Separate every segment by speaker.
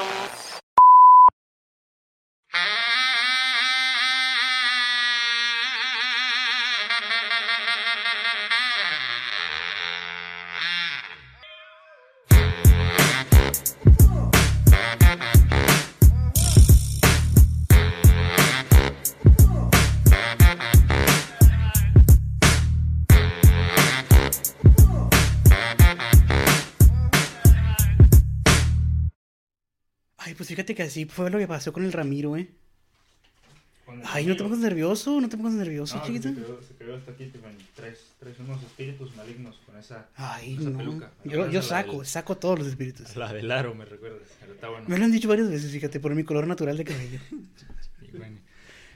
Speaker 1: un
Speaker 2: Ay, pues fíjate que así fue lo que pasó con el Ramiro, ¿eh? Ay, no te pongas nervioso, no te pongas nervioso,
Speaker 3: No, que
Speaker 2: chiquita.
Speaker 3: pues se creó, se creó hasta aquí, Tiffany. Traes, traes unos espíritus malignos con esa.
Speaker 2: Ay,
Speaker 3: esa
Speaker 2: no.
Speaker 3: peluca.
Speaker 2: Yo, yo
Speaker 3: Acuérdate la
Speaker 2: saco, saco todos los espíritus.
Speaker 3: del- La del aro, me recuerdas. Pero está bueno.
Speaker 2: Me lo han dicho varias veces, fíjate, por mi color natural de cabello.
Speaker 3: Tiffany.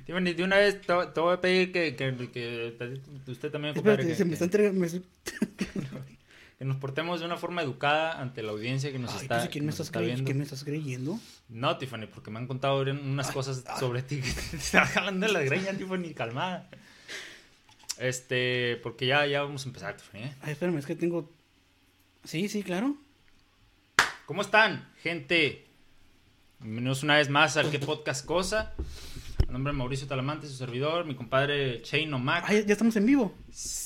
Speaker 3: Tiffany, de una vez te, te voy a pedir que, que, que te- usted también, compadre,
Speaker 2: Espérate,
Speaker 3: que,
Speaker 2: se me
Speaker 3: que-
Speaker 2: está entregando. me estoy-
Speaker 3: que nos portemos de una forma educada ante la audiencia que nos
Speaker 2: Ay,
Speaker 3: está,
Speaker 2: pues, ¿y ¿quién
Speaker 3: que
Speaker 2: me
Speaker 3: nos
Speaker 2: estás
Speaker 3: está
Speaker 2: creyendo?
Speaker 3: viendo.
Speaker 2: ¿Quién me estás creyendo?
Speaker 3: No, Tiffany, porque me han contado unas cosas sobre ti que te están jalando la greña, Tiffany, calmada. Este, porque ya, ya vamos a empezar, Tiffany. ¿eh?
Speaker 2: Ay, espérame, es que tengo. Sí, sí, claro.
Speaker 3: ¿Cómo están, gente? Bienvenidos una vez más al que podcast cosa. Mi nombre es Mauricio Talamante, su servidor, mi compadre Chain Mac.
Speaker 2: Ay, ya estamos en vivo.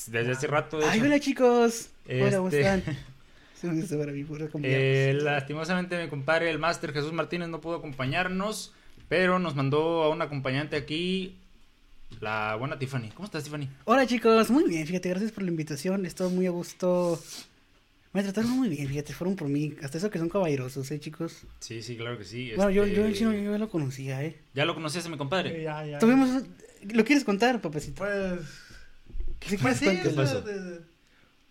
Speaker 3: Desde hace rato, de
Speaker 2: Ay,
Speaker 3: hecho.
Speaker 2: hola chicos. Hola, ¿cómo
Speaker 3: Pues, Este-
Speaker 2: están? Se me hizo para mí, pura comida.
Speaker 3: Eh, lastimosamente mi compadre, el máster Jesús Martínez, no pudo acompañarnos, pero nos mandó a un acompañante aquí, la buena Tiffany. ¿Cómo estás, Tiffany?
Speaker 2: Hola chicos, muy bien, fíjate, gracias por la invitación, estoy muy a gusto. Me trataron muy bien, fíjate, fueron por mí, hasta eso que son caballerosos, eh chicos.
Speaker 3: Sí, sí, claro que sí.
Speaker 2: Bueno, yo,
Speaker 3: este,
Speaker 2: yo, el chino, yo Eh, ya lo conocía, eh.
Speaker 3: ¿Ya lo conocías a mi compadre?
Speaker 4: Ya, ya.
Speaker 2: Tuvimos... ¿Lo quieres contar, papacito?
Speaker 4: Pues.
Speaker 2: ¿Qué
Speaker 4: Pues sí,
Speaker 3: ¿Qué
Speaker 4: de-
Speaker 3: pasó?
Speaker 4: de-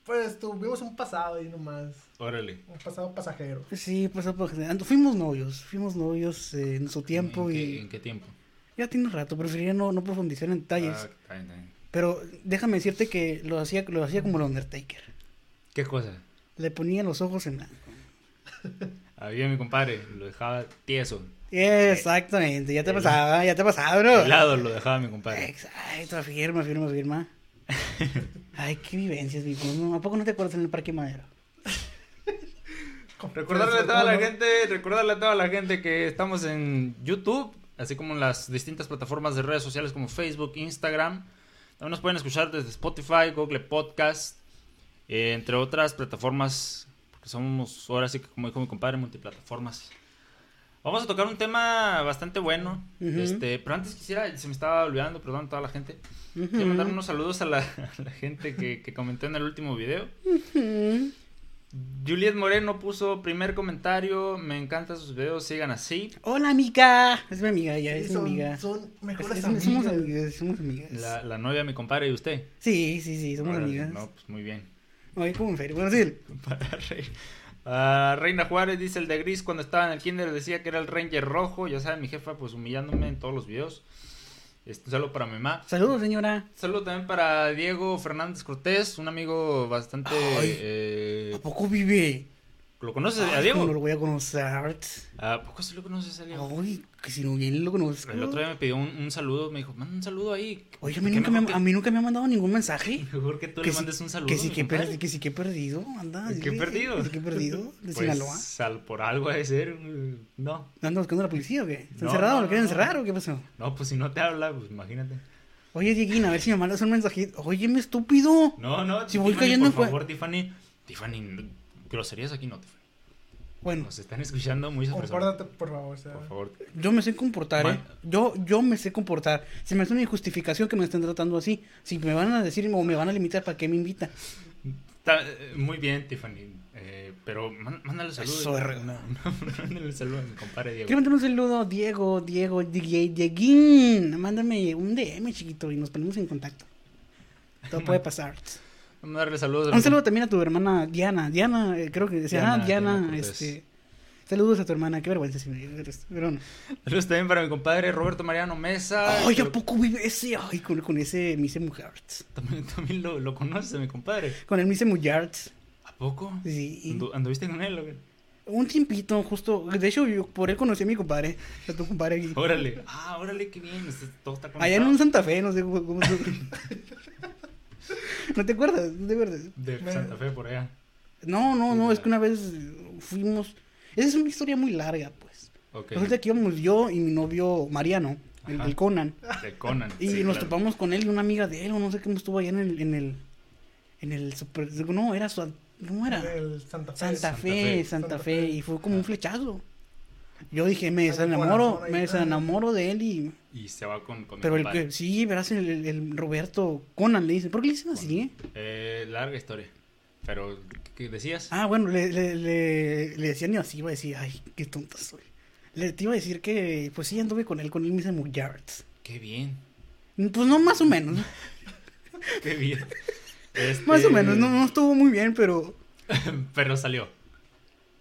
Speaker 4: pues tuvimos un pasado ahí nomás.
Speaker 3: Órale.
Speaker 4: Un pasado pasajero.
Speaker 2: Pues Sí, pasó por... ando- Fuimos novios, fuimos novios eh, en su tiempo
Speaker 3: ¿En qué-
Speaker 2: y...
Speaker 3: ¿En qué tiempo?
Speaker 2: Ya tiene un rato, preferiría no, no profundizar en detalles.
Speaker 3: Ah, está bien, está bien.
Speaker 2: Pero déjame decirte que lo hacía, lo hacía como el Undertaker.
Speaker 3: ¿Qué cosa?
Speaker 2: Le ponía los ojos en blanco.
Speaker 3: Había Ah, mi compadre, lo dejaba tieso.
Speaker 2: Exactamente, ya te
Speaker 3: el-
Speaker 2: pasaba, ya te pasaba, bro.
Speaker 3: Helado lo dejaba mi compadre.
Speaker 2: Exacto, afirma, afirma, afirma. Ay, qué vivencias, viejo. No, ¿A poco no te acuerdas en el Parque Madero?
Speaker 3: Recordarle a
Speaker 4: Pues,
Speaker 3: toda la
Speaker 4: ¿cómo no?
Speaker 3: gente, recordarle a toda la gente que estamos en YouTube, así como en las distintas plataformas de redes sociales como Facebook, Instagram. También nos pueden escuchar desde Spotify, Google Podcast, eh, entre otras plataformas, porque somos ahora sí que como dijo mi compadre, multiplataformas. Vamos a tocar un tema bastante bueno.
Speaker 2: Ujú.
Speaker 3: Este, pero antes quisiera, se me estaba olvidando, perdón, toda la gente. Quiero mandar unos saludos a la, a la gente que, que comentó en el último video. Juliet Moreno puso primer comentario. Me encantan sus videos, sigan así.
Speaker 2: Hola, amiga. Es mi amiga, ya, es
Speaker 4: Sí,
Speaker 2: mi
Speaker 4: son,
Speaker 2: amiga.
Speaker 4: son
Speaker 2: Es-
Speaker 4: mejores
Speaker 2: es-
Speaker 4: amigas.
Speaker 2: somos amigas, somos amigas.
Speaker 3: La, la novia de mi compadre y usted.
Speaker 2: Sí, sí, sí, somos
Speaker 3: Órale,
Speaker 2: amigas.
Speaker 3: No, pues muy bien.
Speaker 2: Ay, como en feria. Bueno, sí,
Speaker 3: Para Rey- Ah, Reina Juárez dice el de gris cuando estaba en el kinder decía que era el ranger rojo. Ya saben, mi jefa pues humillándome en todos los videos. Este, un saludo para mi mamá.
Speaker 2: saludos, señora.
Speaker 3: Saludo también para Diego Fernández Cortés, un amigo bastante...
Speaker 2: Ay.
Speaker 3: eh,
Speaker 2: ¿A poco vive?
Speaker 3: ¿Lo conoces a
Speaker 2: Ay,
Speaker 3: Diego?
Speaker 2: ¿Cómo no lo voy a conocer?
Speaker 3: ¿A poco sí lo conoces a Diego?
Speaker 2: Ay, que si no bien lo conozco.
Speaker 3: El otro día me pidió un, un saludo, me dijo, manda un saludo ahí.
Speaker 2: Oye, a mí,
Speaker 3: ¿Qué
Speaker 2: nunca me,
Speaker 3: mejor
Speaker 2: ha- a mí nunca me ha mandado ningún mensaje.
Speaker 3: que- Mejor que tú
Speaker 2: que
Speaker 3: le
Speaker 2: si-
Speaker 3: mandes un saludo.
Speaker 2: Que sí,
Speaker 3: mi
Speaker 2: que, per-
Speaker 3: compadre.
Speaker 2: que sí, que perdido. Anda,
Speaker 3: ¿Qué
Speaker 2: dile,
Speaker 3: perdido?
Speaker 2: Que sí, que perdido. De
Speaker 3: Pues,
Speaker 2: Sinaloa.
Speaker 3: sal- por algo ha de ser. mm, No,
Speaker 2: ¿Andan buscando a la policía o qué? ¿Está
Speaker 3: No,
Speaker 2: encerrado?
Speaker 3: no,
Speaker 2: ¿Lo quieren
Speaker 3: no, no.
Speaker 2: encerrar o qué pasó?
Speaker 3: no, pues si no te habla, pues imagínate.
Speaker 2: Oye, Dieguín, a ver si me mandas un mensajito. Oye, me estúpido.
Speaker 3: No, no,
Speaker 2: Si voy
Speaker 3: Tiffany,
Speaker 2: cayendo en
Speaker 3: por
Speaker 2: cuen-
Speaker 3: favor, Tiffany. Tiffany, no- groserías aquí no, Tiffany.
Speaker 2: Bueno,
Speaker 3: Nos están escuchando muchas personas.
Speaker 4: Compórtate, por favor. o sea,
Speaker 3: Por favor.
Speaker 2: yo me sé comportar, ¿eh?
Speaker 3: Man-
Speaker 2: Yo, yo me sé comportar. Se me hace una injustificación que me estén tratando así. Si me van a decir o me van a limitar, ¿para qué me invitan?
Speaker 3: Está, eh, muy bien, Tiffany. eh, pero man- mándale saludos.
Speaker 2: Eso, R-
Speaker 3: no, mándale saludos a mi compadre Diego.
Speaker 2: Quiero mandar un saludo a Diego, Diego, Die- Dieguín. Mándame un DM, chiquito, y nos ponemos en contacto. Todo puede pasar.
Speaker 3: Vamos a darle saludos. a
Speaker 2: Un
Speaker 3: mi
Speaker 2: saludo también a tu hermana Diana. Diana, eh, creo que se llama
Speaker 3: Diana,
Speaker 2: Diana,
Speaker 3: Diana Cortés.
Speaker 2: este. Saludos a tu hermana, qué vergüenza. Si me... Pero no.
Speaker 3: Saludos también para mi compadre Roberto Mariano Mesa.
Speaker 2: Ay,
Speaker 3: que
Speaker 2: ¿a
Speaker 3: lo-
Speaker 2: poco vive ese? Ay, con, con ese Mise Mujarts.
Speaker 3: También, también lo, lo conoces, mi compadre.
Speaker 2: Con el Mise Mujarts.
Speaker 3: ¿A poco?
Speaker 2: Sí.
Speaker 3: Andu- ¿Anduviste con él? o qué?
Speaker 2: Un tiempito, justo. De hecho, yo por él conocí a mi compadre. A tu compadre. aquí.
Speaker 3: Órale. Ah, órale, qué bien. este- Todo está
Speaker 2: Allá en
Speaker 3: conectado.
Speaker 2: un Santa Fe, no sé cómo. cómo- ¿No te acuerdas? ¿No te acuerdas?
Speaker 3: De Santa Fe, por allá.
Speaker 2: No, no, no, es que una vez fuimos. Esa es una historia muy larga, pues.
Speaker 3: Ok.
Speaker 2: Resulta que íbamos yo y mi novio Mariano, el,
Speaker 3: Ajá.
Speaker 2: del Conan.
Speaker 3: De Conan.
Speaker 2: Y
Speaker 3: sí,
Speaker 2: nos
Speaker 3: claro.
Speaker 2: topamos con él y una amiga de él, o no sé cómo estuvo allá en el. En el, en el super- no, era su. ¿Cómo era?
Speaker 4: El Santa Fe.
Speaker 2: Santa
Speaker 3: Santa
Speaker 2: Fe,
Speaker 3: Fe. Ah.
Speaker 2: Santa
Speaker 4: Santa
Speaker 2: Fe,
Speaker 4: Fe.
Speaker 2: y fue como un flechazo. Yo dije, me
Speaker 4: Algo
Speaker 2: desenamoro,
Speaker 4: corazón ahí.
Speaker 2: me desenamoro de él y...
Speaker 3: Y se va con, con mi
Speaker 2: Pero el
Speaker 3: compadre.
Speaker 2: que, sí, verás, el, el- el Roberto Conan le dice, ¿por qué le dicen así? eh?
Speaker 3: Eh, larga historia. Pero, ¿qué decías?
Speaker 2: Ah, bueno, le, le, le, le decían y así, iba a decir, ay, qué tonta soy. Le te iba a decir que, pues sí, anduve con él, con él me dice Yards.
Speaker 3: Qué bien.
Speaker 2: Pues no, más o menos,
Speaker 3: Qué bien. Este,
Speaker 2: más o menos, no, no estuvo muy bien, pero
Speaker 3: Pero salió.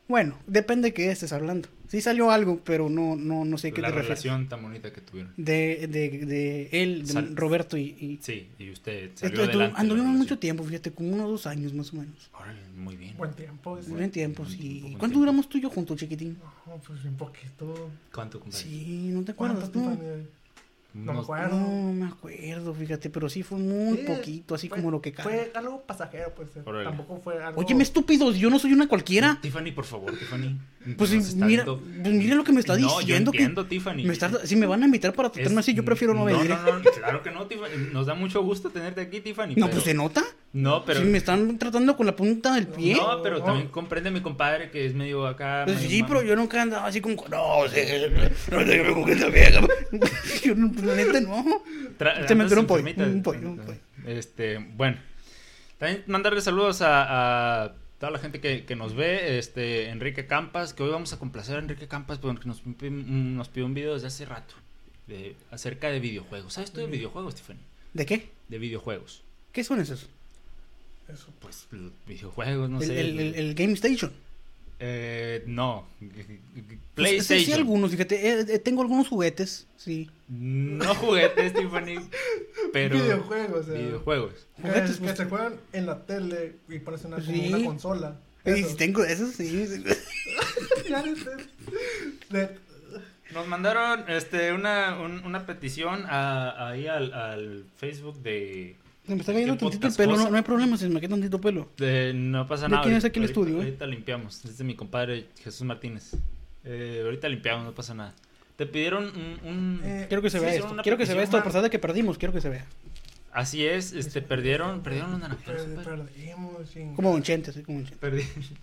Speaker 2: bueno, depende de qué estés hablando. Sí salió algo, pero no, no, no sé a qué
Speaker 3: la
Speaker 2: te refieres.
Speaker 3: relación tan bonita que tuvieron.
Speaker 2: De, de, de él, de
Speaker 3: Sal-
Speaker 2: Roberto y- y
Speaker 3: Sí, y usted
Speaker 2: Estu-
Speaker 3: salió
Speaker 2: estu-
Speaker 3: adelante.
Speaker 2: anduvimos mucho tiempo, fíjate, como unos dos años más o menos.
Speaker 3: Órale, muy bien.
Speaker 4: Buen tiempo. ese.
Speaker 2: Muy buen tiempo,
Speaker 3: buen
Speaker 2: sí.
Speaker 3: tiempo, buen
Speaker 2: ¿Cuánto
Speaker 3: tiempo.
Speaker 2: duramos tú y yo juntos, chiquitín?
Speaker 4: No, pues bien poquito.
Speaker 3: ¿Cuánto, compadre?
Speaker 2: Sí, no te
Speaker 4: ¿Cuánto,
Speaker 2: acuerdas tú. No,
Speaker 4: Tiffany? No me
Speaker 3: Unos-
Speaker 4: acuerdo.
Speaker 2: no me acuerdo, fíjate, pero sí fue muy
Speaker 4: Sí,
Speaker 2: poquito, así
Speaker 4: fue-
Speaker 2: como lo que cae.
Speaker 4: Fue algo pasajero, pues. eh,
Speaker 3: Órale.
Speaker 4: Tampoco fue algo.
Speaker 2: Oye, me estúpidos, yo no soy una cualquiera.
Speaker 3: Mm, Tiffany, por favor, Tiffany.
Speaker 2: Pues
Speaker 3: Nos está
Speaker 2: mira,
Speaker 3: viendo-
Speaker 2: pues, mira lo que me está
Speaker 3: No, yo
Speaker 2: diciendo que
Speaker 3: entiendo, Tiffany.
Speaker 2: Me está- si me van a invitar para tratarme
Speaker 3: Es-
Speaker 2: así, yo prefiero no venir.
Speaker 3: No, no, no, claro que no, Tiffany. Nos da mucho gusto tenerte aquí,
Speaker 2: No,
Speaker 3: Tiffany. pero-
Speaker 2: pues se nota.
Speaker 3: No, pero.
Speaker 2: Si me están tratando con la punta del pie.
Speaker 3: No, pero
Speaker 4: No.
Speaker 3: también comprende mi compadre que es medio acá.
Speaker 2: Pues
Speaker 3: medio
Speaker 2: sí,
Speaker 3: mami.
Speaker 2: pero yo nunca andaba así como. No, sí, no sé qué me con esta vieja. Yo, no, pues, la neta, no.
Speaker 3: Tra-
Speaker 2: Se me
Speaker 3: andas
Speaker 2: entró un pollo,
Speaker 3: enfermita.
Speaker 2: un pollo, un pollo.
Speaker 3: Este, bueno. También mandarle saludos a, a toda la gente que, que nos ve. Este, Enrique Campas, que hoy vamos a complacer a Enrique Campas porque nos, pi- nos pidió un video desde hace rato. de- acerca de videojuegos. ¿Sabes tú de videojuegos, Tiffany?
Speaker 2: ¿De qué?
Speaker 3: De videojuegos.
Speaker 2: ¿Qué son esos?
Speaker 4: Eso.
Speaker 3: Pues l- videojuegos, no
Speaker 2: el,
Speaker 3: sé.
Speaker 2: el- el- el Game Station.
Speaker 3: Eh, no.
Speaker 2: Pues, sí,
Speaker 3: PlayStation.
Speaker 2: Sí, algunos, fíjate. eh, eh, tengo algunos juguetes, sí.
Speaker 3: No juguetes, Tiffany. Pero.
Speaker 4: Videojuegos, eh.
Speaker 3: Videojuegos.
Speaker 4: Que-
Speaker 2: Juguetes,
Speaker 4: que
Speaker 2: pues.
Speaker 4: se juegan en la tele y pones una, como
Speaker 2: Sí.
Speaker 4: una consola.
Speaker 2: Y
Speaker 4: Eso.
Speaker 2: si tengo esos, sí. sí.
Speaker 4: Ya eres de- de-
Speaker 3: Nos mandaron este, una, un- una petición a- ahí al, al Facebook de,
Speaker 2: Se me está cayendo
Speaker 3: ¿Qué
Speaker 2: tantito el
Speaker 3: podcast
Speaker 2: pelo, no,
Speaker 3: cosa?
Speaker 2: no hay problema, se me queda tantito pelo.
Speaker 3: de No pasa
Speaker 2: ¿De
Speaker 3: nada.
Speaker 2: quién es aquí el
Speaker 3: Ahorita-
Speaker 2: estudio, eh?
Speaker 3: Ahorita limpiamos. Es de mi compadre Jesús Martínez. Eh, ahorita limpiamos, no pasa nada. Te pidieron un. un-
Speaker 4: Eh,
Speaker 2: Quiero que se
Speaker 3: sí,
Speaker 2: vea
Speaker 3: hicieron
Speaker 2: esto,
Speaker 3: una
Speaker 2: quiero que se vea esto,
Speaker 3: petición,
Speaker 2: a pesar de que perdimos, quiero que se vea.
Speaker 3: Así es, este, perdieron, perdieron los naranjeros.
Speaker 4: per-
Speaker 3: compadre.
Speaker 4: Perdimos, ching.
Speaker 2: Como un chente, soy como un chente.
Speaker 3: Perdí-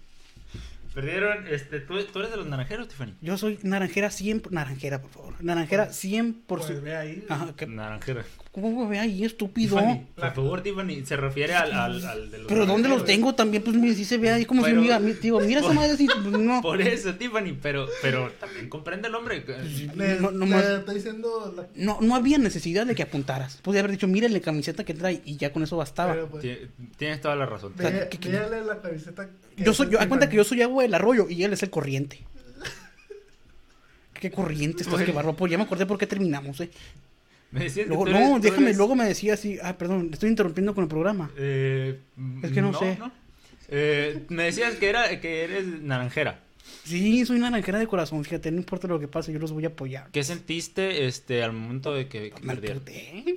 Speaker 3: Perdieron, este, ¿tú, tú eres de los naranjeros, Tiffany.
Speaker 2: Yo soy naranjera 100, naranjera, por favor. Naranjera 100%.
Speaker 4: Pues ve ahí.
Speaker 2: Ajá, que-
Speaker 3: Naranjera.
Speaker 2: ¿Cómo ve ahí, estúpido?
Speaker 3: Tiffany, por favor, Tiffany, se refiere al, al, al de los
Speaker 2: Pero ¿dónde los
Speaker 3: naranjeros.
Speaker 2: tengo también? Pues mira, sí se ve ahí como
Speaker 3: Pero-
Speaker 2: si mira, mi- digo, mira esa
Speaker 3: Por-
Speaker 2: madre así, no.
Speaker 3: Por eso, Tiffany, pero, pero también comprende el hombre. eh,
Speaker 2: Pues
Speaker 4: Le-
Speaker 2: No, no
Speaker 4: le
Speaker 2: más.
Speaker 4: estoy diciendo la-
Speaker 2: No, no había necesidad de que apuntaras. Podía haber dicho, miren la camiseta que trae y ya con eso bastaba.
Speaker 4: pero, pues,
Speaker 3: Tie- Tienes toda la razón.
Speaker 2: sea,
Speaker 4: ve-
Speaker 2: que- que-
Speaker 4: véale la camiseta. que
Speaker 2: yo soy,
Speaker 4: es
Speaker 2: yo, haz cuenta que
Speaker 4: Tiffany.
Speaker 2: yo soy agua del arroyo y él es el corriente. Qué corriente estás, que barro. Pues ya me acordé por qué terminamos, eh.
Speaker 3: Me decías que
Speaker 2: Luego,
Speaker 3: tú
Speaker 2: no,
Speaker 3: eres- tú
Speaker 2: déjame,
Speaker 3: eres,
Speaker 2: luego me decía así, ah, perdón, estoy interrumpiendo con el programa.
Speaker 3: eh,
Speaker 2: Es que no sé.
Speaker 3: Eh, me decías que, era, que eres naranjera.
Speaker 2: Sí, soy naranjera de corazón, fíjate, no importa lo que pase, yo los voy a apoyar.
Speaker 3: ¿Qué sentiste este, al momento de que, que
Speaker 2: Me
Speaker 3: perdieron?
Speaker 2: emputé,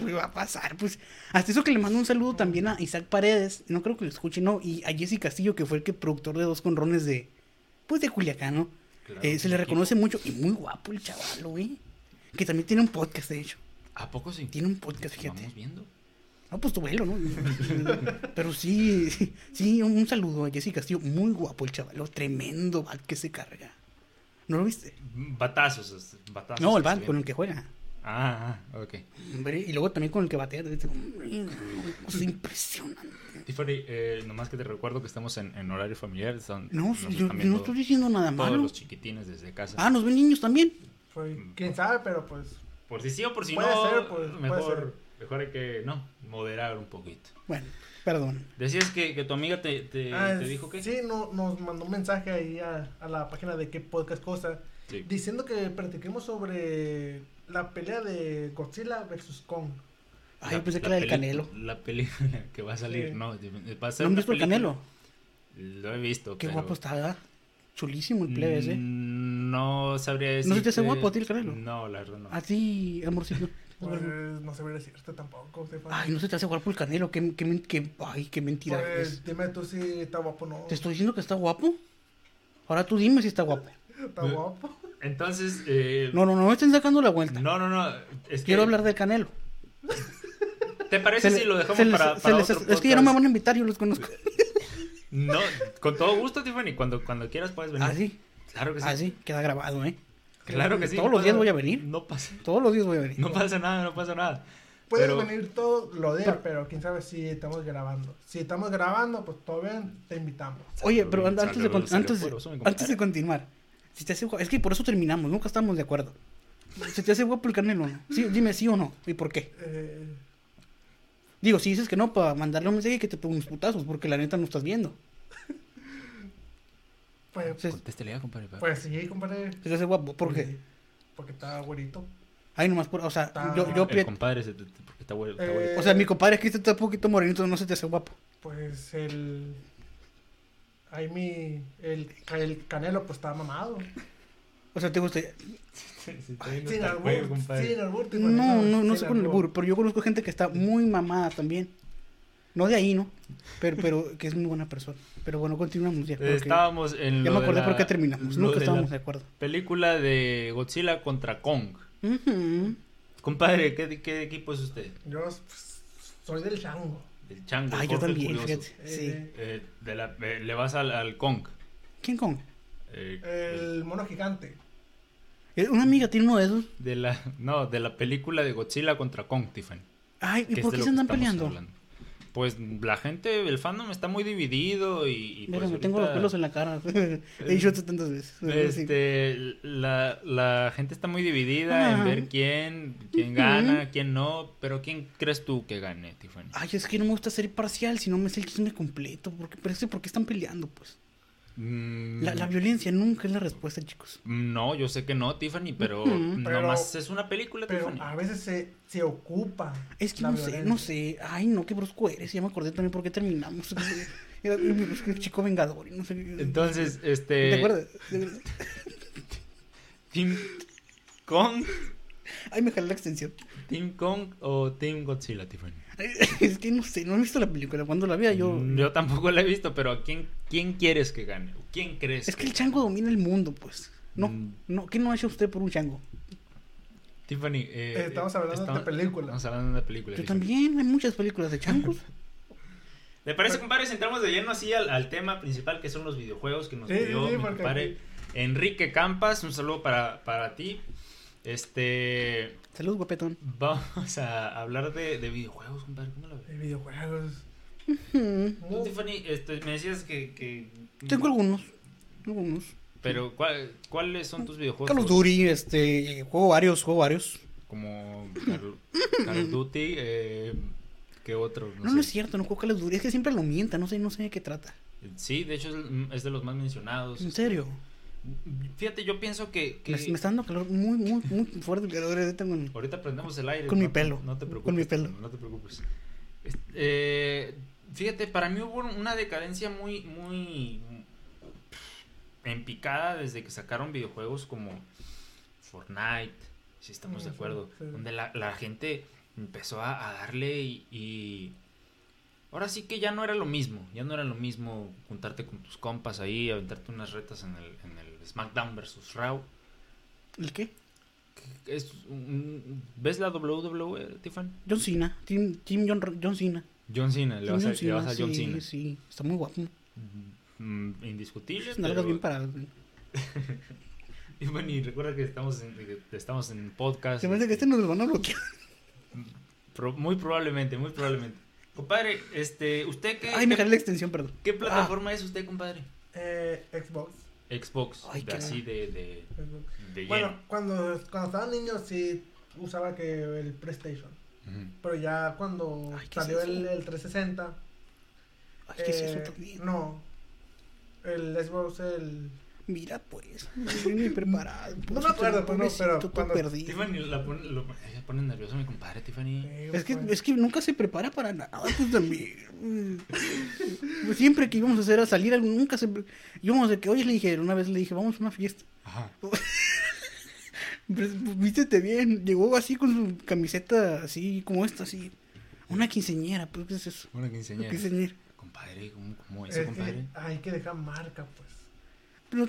Speaker 2: pues ¿qué va a pasar, pues. Hasta eso que le mando un saludo también a Isaac Paredes, no creo que lo escuche, no, y a Jesse Castillo, que fue el que productor de dos conrones de, pues de Culiacán, ¿no?
Speaker 3: Claro,
Speaker 2: Eh, se le
Speaker 3: equipo.
Speaker 2: reconoce mucho, y muy guapo el chaval, güey. Que también tiene un podcast, de hecho.
Speaker 3: ¿A poco sí?
Speaker 2: Tiene un podcast, fíjate.
Speaker 3: Vamos viendo.
Speaker 2: No, pues tu velo, ¿no? Pero sí, sí, un, un saludo a Jesse Castillo, muy guapo el chaval, tremendo bat que se carga. ¿No lo viste?
Speaker 3: Batazos, es- batazos.
Speaker 2: No, el
Speaker 3: que se
Speaker 2: bat con el
Speaker 3: vienen.
Speaker 2: que juega.
Speaker 3: Ah, ah, ok.
Speaker 2: Hombre, y luego también con el que batea. este, Es pues, impresionante.
Speaker 3: Tiffany, eh, nomás que te recuerdo que estamos en, en horario familiar. están-
Speaker 2: No,
Speaker 3: nos
Speaker 2: yo,
Speaker 3: están
Speaker 2: yo no
Speaker 3: viendo
Speaker 2: estoy diciendo nada
Speaker 3: Todos
Speaker 2: malo.
Speaker 3: los chiquitines desde casa.
Speaker 2: Ah, nos ven niños también.
Speaker 4: Pues, quién sabe, pero pues.
Speaker 3: Por si sí o por si
Speaker 4: Puede
Speaker 3: no,
Speaker 4: ser, pues, puede
Speaker 3: mejor Mejor hay que, no, moderar un poquito.
Speaker 2: Bueno, perdón.
Speaker 3: Decías que, que tu amiga te, te,
Speaker 4: Ah,
Speaker 3: te dijo que...
Speaker 4: Sí, no, nos mandó un mensaje ahí a, a la página de qué podcast cosa.
Speaker 3: Sí.
Speaker 4: Diciendo que practiquemos sobre la pelea de Godzilla versus Kong.
Speaker 2: Ay, yo pensé que
Speaker 3: la
Speaker 2: era del
Speaker 3: peli-
Speaker 2: Canelo.
Speaker 3: La película que va a salir,
Speaker 4: Sí.
Speaker 3: no. Va a ser
Speaker 2: ¿No han
Speaker 3: una
Speaker 2: visto el
Speaker 3: película-
Speaker 2: Canelo?
Speaker 3: Lo he visto.
Speaker 2: Qué
Speaker 3: pero- Mm,
Speaker 2: guapo está, ¿verdad? Chulísimo el plebe ese.
Speaker 3: No sabría decir.
Speaker 2: ¿No se te hace guapo a ti el Canelo?
Speaker 3: No, la verdad no.
Speaker 2: A ti, Ah, amorcito.
Speaker 4: Pues, no se decirte tampoco, Estefan.
Speaker 2: Ay, no se te hace guapo el Canelo. Qué, qué, men- qué- ay, qué mentira
Speaker 4: Pues,
Speaker 2: es.
Speaker 4: dime tú si está guapo o no.
Speaker 2: Te estoy diciendo que está guapo. Ahora tú dime si está guapo.
Speaker 4: Está
Speaker 2: Eh,
Speaker 4: guapo.
Speaker 3: Entonces, eh,
Speaker 2: No, no, no me estén sacando la vuelta.
Speaker 3: no, no, no, este,
Speaker 2: Quiero hablar del Canelo.
Speaker 3: ¿Te parece
Speaker 2: Se
Speaker 3: si
Speaker 2: le-
Speaker 3: lo dejamos
Speaker 2: se les-
Speaker 3: para,
Speaker 2: se
Speaker 3: para
Speaker 2: les-
Speaker 3: otro
Speaker 2: Es que ya no me
Speaker 3: podcast?
Speaker 2: van a invitar, yo los conozco.
Speaker 3: No, con todo gusto, Tiffany. Cuando, cuando quieras puedes venir.
Speaker 2: Así,
Speaker 3: Claro que sí.
Speaker 2: así, queda grabado, ¿eh?
Speaker 3: Claro que sí.
Speaker 2: Ah, Todos
Speaker 3: no
Speaker 2: los días
Speaker 3: pasa-
Speaker 2: voy a venir.
Speaker 3: No pasa,
Speaker 2: Todos los días voy a venir.
Speaker 3: no pasa nada, no pasa nada.
Speaker 4: Puede
Speaker 3: Pero-
Speaker 4: venir todo lo de, pero quién sabe si estamos grabando. Si estamos grabando, pues todo bien, te invitamos.
Speaker 2: Oye, pero
Speaker 3: Saludos,
Speaker 2: antes, de, con-
Speaker 3: saludos,
Speaker 2: antes, de-
Speaker 3: saludos, mi compadre.
Speaker 2: antes de continuar, si te hace guapo- es que por eso terminamos, nunca estamos de acuerdo. ¿Se te hace guapo el canelo? no? Sí, dime sí o no, y por qué.
Speaker 4: Eh,
Speaker 2: Digo, si dices que no, para mandarle un mensaje que te ponga unos putazos, porque la neta no estás viendo.
Speaker 4: pues,
Speaker 2: Entonces,
Speaker 3: Contéstele, compadre. pa.
Speaker 4: pues sí, compadre.
Speaker 2: se te hace guapo, porque,
Speaker 4: Sí, Porque está güerito.
Speaker 2: ay, nomás, por, o sea, yo, yo,
Speaker 3: El
Speaker 2: pie-
Speaker 3: compadre, se te- te- porque está bueno.
Speaker 4: Eh,
Speaker 2: o sea, mi compadre aquí está un poquito morenito, no se te hace guapo.
Speaker 4: Pues el. Ahí mi. El, el canelo, pues está mamado.
Speaker 2: O sea, te gusta,
Speaker 4: Sin albur. Sin albur, te
Speaker 2: no,
Speaker 4: imagino,
Speaker 2: no, no
Speaker 4: sin
Speaker 2: sé con el burro, pero yo conozco gente que está muy mamada también. No de ahí, ¿no? Pero, pero que es muy buena persona. Pero bueno, continuamos ya. porque-
Speaker 3: Estábamos en
Speaker 2: Ya
Speaker 3: lo
Speaker 2: me
Speaker 3: de
Speaker 2: acordé
Speaker 3: la-
Speaker 2: por qué terminamos.
Speaker 3: lo
Speaker 2: Nunca
Speaker 3: de
Speaker 2: estábamos
Speaker 3: la
Speaker 2: de acuerdo.
Speaker 3: Película de Godzilla contra Kong.
Speaker 2: Ujú.
Speaker 3: Compadre, ¿qué, qué equipo es usted?
Speaker 4: Yo pues, soy del chango.
Speaker 3: Del Chango.
Speaker 2: Ah, yo
Speaker 3: Jorge el
Speaker 2: también,
Speaker 3: Curioso.
Speaker 2: fíjate. Sí.
Speaker 4: Eh,
Speaker 3: Eh, de la- eh, le vas al, al Kong.
Speaker 2: ¿Quién con?
Speaker 3: Eh,
Speaker 4: el mono gigante.
Speaker 2: Eh, Una amiga tiene uno de esos.
Speaker 3: De la, no, de la película de Godzilla contra Kong, Tiffany.
Speaker 2: Ay, ¿y
Speaker 3: que es
Speaker 2: por
Speaker 3: de
Speaker 2: qué se
Speaker 3: lo que
Speaker 2: andan
Speaker 3: estamos
Speaker 2: peleando?
Speaker 3: hablando. Pues la gente, el fandom está muy dividido y... y
Speaker 2: Mira,
Speaker 3: pues,
Speaker 2: me tengo los
Speaker 3: ahorita-
Speaker 2: pelos en la cara. He dicho esto tantas veces. Pues Sí.
Speaker 3: Este, la, la gente está muy dividida en
Speaker 2: Ah.
Speaker 3: ver quién, quién gana, quién no, pero ¿quién crees tú que gane, Tiffany?
Speaker 2: Ay, es que no me gusta ser parcial si no me sé el chisme completo. Porque, pero es que, ¿por qué están peleando, pues?
Speaker 3: Mm,
Speaker 2: La, la violencia nunca es la respuesta, chicos.
Speaker 3: No, yo sé que no, Tiffany, pero
Speaker 2: Ujú.
Speaker 4: Pero-
Speaker 3: nomás es una película,
Speaker 4: Pero ah,
Speaker 3: Tiffany.
Speaker 4: a veces se, se ocupa.
Speaker 2: Es que
Speaker 4: la
Speaker 2: no sé, no
Speaker 4: violencia.
Speaker 2: sé. Ay, no, qué brusco eres. Ya me acordé también por qué terminamos. Era el chico vengador. y No sé. qué.
Speaker 3: Entonces, este...
Speaker 2: ¿Te acuerdas? ¿Te acuerdas?
Speaker 3: Team Kong,
Speaker 2: Ay, me jalé la extensión.
Speaker 3: Team Kong o Team Godzilla, Tiffany.
Speaker 2: Es que no sé, no he visto la película. Cuando la vea Ah, yo.
Speaker 3: Mm, Yo tampoco la he visto, pero ¿a quién, quién quieres que gane? ¿Quién crees?
Speaker 2: Es que el chango domina el mundo, pues. No,
Speaker 3: Mm.
Speaker 2: no, ¿qué no ha hecho usted por un chango?
Speaker 3: Tiffany, eh,
Speaker 4: Estamos hablando de
Speaker 3: estamos-
Speaker 4: película.
Speaker 3: Estamos hablando de una película.
Speaker 2: Yo
Speaker 3: Tiffany.
Speaker 2: también, hay muchas películas de changos.
Speaker 3: ¿Le parece, compadre, si entramos de lleno así al, al tema principal que son los videojuegos que nos
Speaker 4: Sí,
Speaker 3: pidió
Speaker 4: sí, sí,
Speaker 3: mi
Speaker 4: porque
Speaker 3: compadre
Speaker 4: aquí-
Speaker 3: Enrique Campas? Un saludo para, para ti. Este.
Speaker 2: Salud, guapetón.
Speaker 3: Vamos a hablar de, de videojuegos, compadre. ¿Cómo lo ves?
Speaker 4: De videojuegos.
Speaker 2: Mm,
Speaker 3: Tú,
Speaker 4: Muy-
Speaker 3: Tiffany, este, me decías que. que-
Speaker 2: Tengo algunos. Algunos.
Speaker 3: Pero, ¿cuál- ¿cuáles son tus videojuegos?
Speaker 2: Call of Duty, este. Juego varios, juego varios.
Speaker 3: Como Call, Call of Duty, eh, ¿qué otro?
Speaker 2: No, no es cierto, no juego Call of Duty. Es que siempre lo mienta, no sé, no sé de qué trata.
Speaker 3: Sí, de hecho es, es de los más mencionados.
Speaker 2: En serio.
Speaker 3: Fíjate, yo pienso que, que
Speaker 2: Me, me está dando calor muy, muy, muy fuerte el calor. ahorita con-
Speaker 3: ahorita prendemos el aire.
Speaker 2: Con
Speaker 3: no
Speaker 2: mi
Speaker 3: te-
Speaker 2: pelo,
Speaker 3: No te preocupes.
Speaker 2: con mi pelo.
Speaker 3: No te preocupes. Este, eh, fíjate, para mí hubo una decadencia muy, muy en picada desde que sacaron videojuegos como Fortnite, si estamos de
Speaker 4: Mm, sí,
Speaker 3: acuerdo,
Speaker 4: sí.
Speaker 3: donde la, la gente empezó a, a darle y, y ahora sí que ya no era lo mismo, ya no era lo mismo juntarte con tus compas ahí, aventarte unas retas en el, en el SmackDown versus Raw.
Speaker 2: ¿El qué?
Speaker 3: Es un- ¿Ves la WWE, Tiffany?
Speaker 2: John Cena. Team, team John, John Cena.
Speaker 3: John Cena, le
Speaker 2: Team
Speaker 3: vas a, le vas a John
Speaker 2: sí,
Speaker 3: Cena.
Speaker 2: Sí, está muy guapo.
Speaker 3: Mm, indiscutible.
Speaker 2: Sus nalgas
Speaker 3: pero-
Speaker 2: bien paradas.
Speaker 3: Y bueno, y recuerda que estamos en, que estamos en podcast.
Speaker 2: Se me hace que este nos lo van a bloquear.
Speaker 3: Pro- muy probablemente, muy probablemente. Compadre, este, ¿usted qué,
Speaker 2: Ay, me
Speaker 3: qué,
Speaker 2: jalé la Ah. extensión, perdón.
Speaker 3: qué plataforma es usted, compadre?
Speaker 4: Eh, Xbox.
Speaker 3: Xbox,
Speaker 2: Ay,
Speaker 3: de
Speaker 2: qué-
Speaker 3: así de, de,
Speaker 4: Xbox.
Speaker 3: de
Speaker 4: Bueno,
Speaker 3: lleno.
Speaker 4: cuando, cuando estaba niño sí usaba que el PlayStation. Pero ya cuando
Speaker 2: Ay, ¿qué es
Speaker 4: salió
Speaker 2: eso?
Speaker 4: el, el 360.
Speaker 2: Ay, ¿qué es eso
Speaker 4: eh,
Speaker 2: también?
Speaker 4: No. El Xbox, el.
Speaker 2: Mira, pues. No estoy ni preparado.
Speaker 4: No me acuerdo, pues, no,
Speaker 2: Pobrecito,
Speaker 4: pero
Speaker 2: todo
Speaker 4: cuando-
Speaker 2: perdido.
Speaker 3: Tiffany la pone, lo, ella pone nervioso a mi compadre, Tiffany.
Speaker 2: Es que,
Speaker 4: pues,
Speaker 2: es que nunca se prepara para nada, pues también. Pues, Siempre que íbamos a hacer a salir, algo, nunca se. pre- Íbamos de que hoy le dije, una vez le dije, vamos a una fiesta.
Speaker 3: Ajá.
Speaker 2: Pues, pues, Vístete bien. Llegó así con su camiseta, así como esta, así. Una quinceñera, pues, ¿qué es eso?
Speaker 3: Una quinceañera.
Speaker 2: Una quinceañera.
Speaker 3: Compadre, ¿cómo, cómo
Speaker 4: es
Speaker 3: hizo,
Speaker 4: que
Speaker 3: compadre?
Speaker 4: hay que dejar marca, pues.
Speaker 2: Pero,